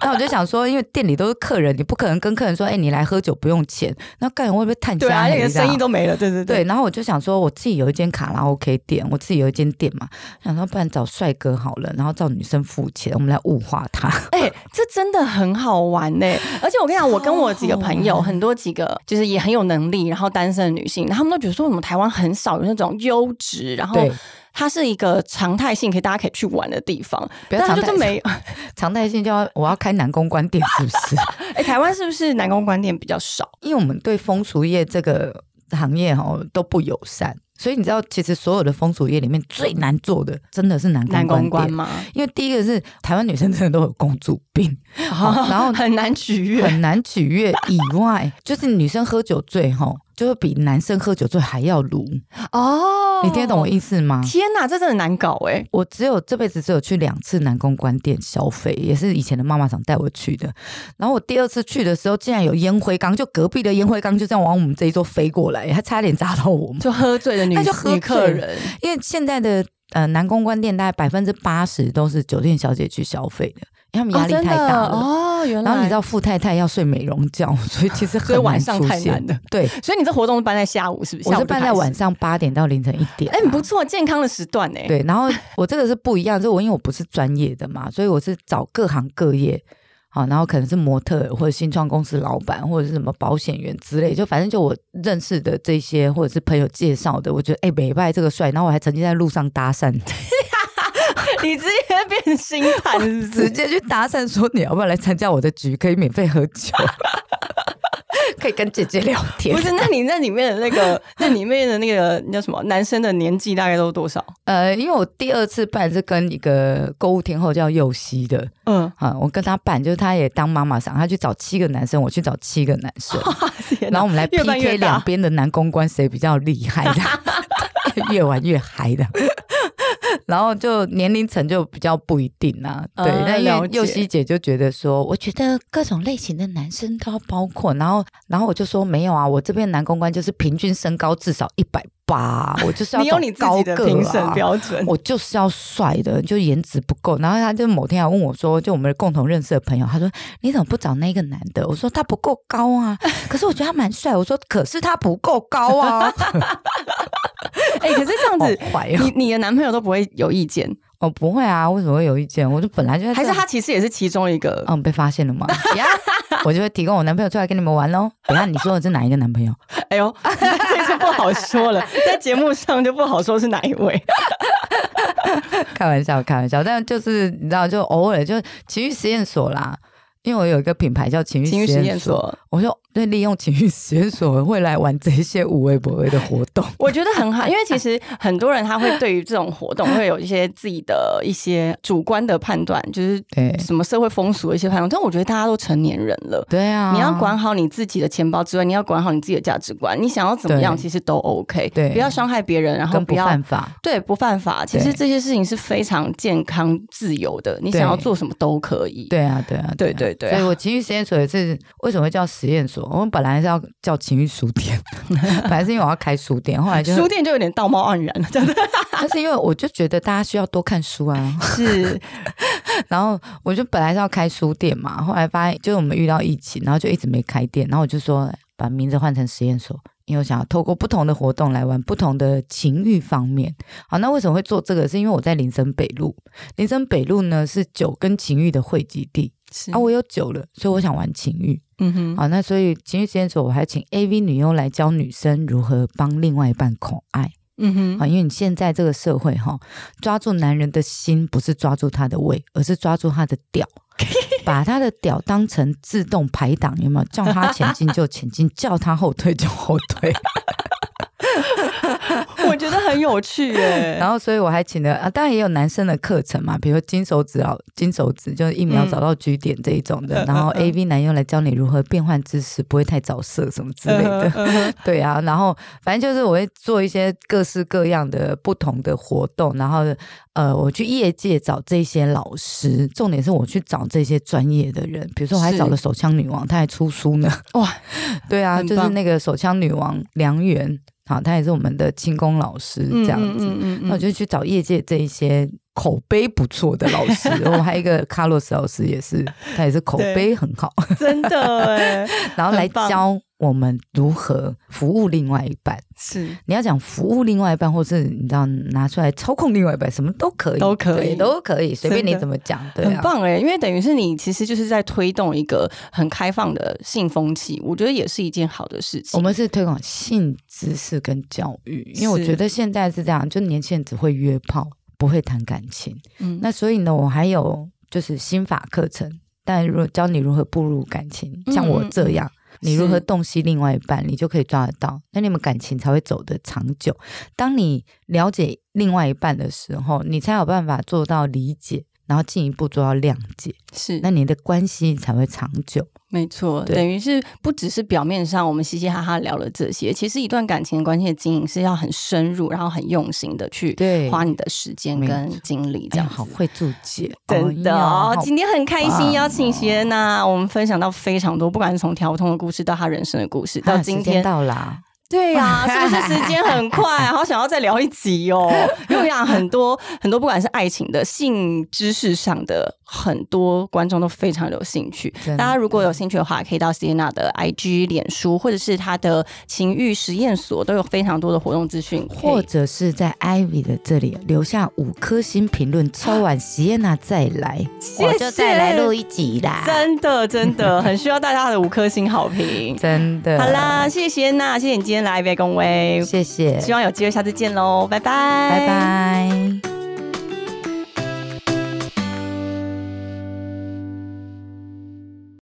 S3: 那我就想说，因为店里都是客人，你不可能跟客人说，哎、你来喝酒不用钱，那客人会不会探
S2: 对
S3: 家
S2: 啊，
S3: 黑
S2: 那
S3: 的
S2: 个
S3: 啊？
S2: 生意都没了，对对
S3: 对，然后我就想说，我自己有一间卡拉 OK 店，我自己有一间店嘛，想说不然找帅哥好了，然后找女生付钱，我们来物化他。
S2: 哎、这真的很好玩 呢、而且我跟你讲，我跟我几个朋
S3: 超好
S2: 友，
S3: 玩
S2: 很多几个就是也很有能力，然后单身的女性，然后他们都觉得说，我们台湾很少有那种优质，然后
S3: 对，
S2: 它是一个常态性，可以大家可以去玩的地方，
S3: 不要
S2: 但它
S3: 常
S2: 就是
S3: 态
S2: 没 有。
S3: 常态性就要我要开南公关店，是不 是？
S2: 哎、台湾是不是南宫观点比较少？
S3: 因为我们对风俗业这个行业哦都不友善，所以你知道，其实所有的风俗业里面最难做的，真的是南
S2: 南
S3: 公关
S2: 宫关
S3: 店。
S2: 吗？
S3: 因为第一个是台湾女生真的都有公主 病，哦然后
S2: 很难取悦。
S3: 很难取悦以外，就是女生喝酒醉吼，就会比男生喝酒醉还要鲁。
S2: 哦
S3: 你听得懂我意思吗？
S2: 天哪，这真的难搞哎、
S3: 我只有这辈子只有去两次南公关店消费，也是以前的妈妈长带我去的。然后我第二次去的时候，竟然有烟灰缸，就隔壁的烟灰缸就这样往我们这一桌飞过来，它差点砸到我们。
S2: 就喝醉的女
S3: 那就喝醉
S2: 女客人，
S3: 因为现在的呃南公关店大概百分之八十都是酒店小姐去消费哦的，因为他们压力太大了。
S2: 哦，原来。
S3: 然后你知，道富太太要睡美容觉，所以其实
S2: 所以
S3: 很
S2: 晚
S3: 难
S2: 上
S3: 出
S2: 太
S3: 现
S2: 难。的，
S3: 对，
S2: 所以你这活动是办在下午是不是？
S3: 我
S2: 下
S3: 是
S2: 午就
S3: 办在
S2: 开始
S3: 晚。上八点到凌晨一点、啊
S2: 哎，你不错，健康的时段哎。，
S3: 对，然后我这个是不一样，就我因为我不是专业的嘛，所以我是找各行各业，好，然后可能是模特儿或者新创公司老板或者是什么保险员之类，就反正就我认识的这些或者是朋友介绍的，我觉得哎，美拜这个帅，然后我还曾经在路上搭讪，
S2: 你直接变星 盘是不
S3: 直
S2: 是？
S3: 接去搭讪说你要不要来参加我的局，可以免费喝 酒，可以跟姐姐聊天
S2: 不。是，那你那里面的那个，那里面的那个那叫什么？男生的年纪大概都多少？
S3: 呃，因为我第二次办是跟一个购物天后叫佑熙的
S2: 嗯，
S3: 啊，我跟她办，就是她也当妈妈桑，她去找七个男生，我去找七个男生，
S2: 天哪
S3: 然后我们来
S2: 哦 越办
S3: PK
S2: 越
S3: 两
S2: 大。
S3: 边的男公关谁比较厉害的， 越玩越嗨的。 然后就年龄层就比较不一定啊，对。
S2: 嗯
S3: 那、因
S2: 了
S3: 为
S2: 解
S3: 佑熙姐就觉得说，我觉得各种类型的男生都要包括，然后然后我就说没有啊，我这边男公关就是平均身高至少一百八，我就是要
S2: 你有
S3: 找
S2: 你自
S3: 高
S2: 己
S3: 个、
S2: 的
S3: 啊、
S2: 评审标准，
S3: 我就是要帅的，就颜值不够。然后他就某天还问我说，就我们共同认识的朋友，他说你怎么不找那个男的？我说他不够高 啊，可是我觉得他蛮帅。我说可是他不够高 啊，
S2: 哎、可是这样
S3: 好
S2: 子，
S3: 坏 哦，
S2: 你你的男朋友都不会有意见，
S3: 我不会啊，为什么会有意见？我就本来就在
S2: 还是
S3: 这
S2: 他其实也是其中一个？
S3: 嗯被发现了 吗？呀，我就会提供我男朋友出来跟你们玩喽。等一下你说的是哪一个男 朋友？
S2: 哎呦，这就不好说了，在节目上就不好说是哪一 位。
S3: 开玩笑，开玩笑，但就是你知道，就偶尔就情欲实验所啦。因为我有一个品牌叫情欲
S2: 情欲
S3: 实
S2: 实
S3: 验
S2: 验
S3: 所，
S2: 所，
S3: 我就对利用情绪实验所会来玩这些无微不微的活动。
S2: 我觉得很好，因为其实很多人他会对于这种活动会有一些自己的一些主观的判断，就是
S3: 对
S2: 什么社会风俗的一些判断。但我觉得大家都成年人了。
S3: 对啊，
S2: 你要管好你自己的钱包之外，你要管好你自己的价值观。你想要怎么样，
S3: 对
S2: 其实都 OK。
S3: 对
S2: 不要伤害别人，然后
S3: 跟
S2: 不
S3: 不
S2: 要
S3: 犯法。
S2: 对不犯法。其实
S3: 对
S2: 这些事情是非常健康、自由的。你
S3: 对
S2: 想要做什么都可以。
S3: 对啊，对啊，
S2: 对
S3: 啊
S2: 对对
S3: 所以我情绪实验所也是为什么会叫实验所？我们本来是要叫情绪书店， 本来是因为我要开书店，后来就
S2: 书店就有点道貌岸然了，真的
S3: 但是因为我就觉得大家需要多看书啊，
S2: 是
S3: 然后我就本来是要开书店嘛，后来发现就是我们遇到疫情，然后就一直没开店，然后我就说哎把名字换成实验所，因为我想要透过不同的活动来玩不同的情欲方面。好，那为什么会做这个？是因为我在林森北路，林森北路呢是酒跟情欲的汇集地
S2: 是
S3: 啊，我有酒了，所以我想玩情欲。
S2: 嗯哼，
S3: 好，那所以情欲实验所我还请 AV 女优来教女生如何帮另外一半口爱。
S2: 嗯
S3: 啊，
S2: 哼，
S3: 因为你现在这个社会哈，抓住男人的心不是抓住他的胃，而是抓住他的屌， 把他的屌当成自动排档，有没有？叫他前进就前进，叫他后退就后 退。
S2: 我觉得很有趣 耶。
S3: 然后，所以我还请了啊，当然也有男生的课程嘛，比如说金手指啊，金手指就是一秒找到居点这一种的，
S2: 嗯
S3: 然 后
S2: 嗯
S3: A V 男优来教你如何变换姿势，不会太早射什么之类的。
S2: 嗯哼
S3: 对啊，然后反正就是我会做一些各式各样的不同的活动，然后呃，我去业界找这些老师，重点是我去找这些专业的人，比如说我还
S2: 是
S3: 找了手枪女王，她还出书呢。
S2: 哇，
S3: 对啊，
S2: 很
S3: 就是
S2: 棒
S3: 那个手枪女王梁媛，好，她也是我们的轻功老师
S2: 嗯
S3: 这样子。
S2: 嗯嗯嗯
S3: 那我就去找业界这一些口碑不错的老 师，我还有一个卡洛斯老师也是，他也是口
S2: 对
S3: 碑很好，
S2: 真的哎，
S3: 然后
S2: 很
S3: 来
S2: 棒
S3: 教我们如何服务另外一半。
S2: 是
S3: 你要讲服务另外一半，或是你知道拿出来操控另外一半，什么都可以，
S2: 都可以
S3: 对都可以，随便你
S2: 真的
S3: 怎么讲，对
S2: 很
S3: 啊。
S2: 棒哎，因为等于是你其实就是在推动一个很开放的性风气，我觉得也是一件好的事情。
S3: 我们是推广性知识跟教育，因为我
S2: 是
S3: 觉得现在是这样，就年轻人只会约炮，不会谈感情。
S2: 嗯
S3: 那所以呢，我还有就是心法课程，但如果教你如何步入感情，像我这样。你如何
S2: 嗯是
S3: 洞悉另外一半，你就可以抓得到，那你们感情才会走得长久。当你了解另外一半的时候，你才有办法做到理解，然后进一步做到谅解，
S2: 是
S3: 那你的关系才会长久。
S2: 没错，
S3: 对
S2: 等于是不只是表面上我们嘻嘻哈哈聊了这些，其实一段感情的关系的经营是要很深入，然后很用心的去
S3: 对
S2: 花你的时间
S3: 没
S2: 跟精力，
S3: 哎
S2: 这
S3: 呀
S2: 样
S3: 哎好
S2: 子。
S3: 会注解，
S2: 真的
S3: 哦
S2: 哦，
S3: 好
S2: 今天很开
S3: 棒
S2: 心邀请谢娜，我们分享到非常多，不管是从调通的故事到她人生的故事，到
S3: 啊
S2: 今
S3: 时间
S2: 天，
S3: 到啦，
S2: 对 呀、是不是时间很快？啊好想要再聊一集哦，因为我想很多很多，不管是爱情的、性知识上的，很多观众都非常有兴趣
S3: 真的。
S2: 大家如果有兴趣的话，可以到 c i n a 的 IG、脸书，或者是她的情欲实验所，都有非常多的活动资讯可以。
S3: 或者是在 Ivy 的这里留下五颗星评论，敲完席耶娜再来，
S2: 谢
S3: 我就再来
S2: 谢
S3: 录一集啦。
S2: 真的真的很需要大家的五颗星好评。
S3: 真的，
S2: 好，啦，谢谢谢娜，谢谢你今天来一杯恭维，
S3: 谢谢，
S2: 希望有机会下次见喽，拜拜，
S3: 拜。拜。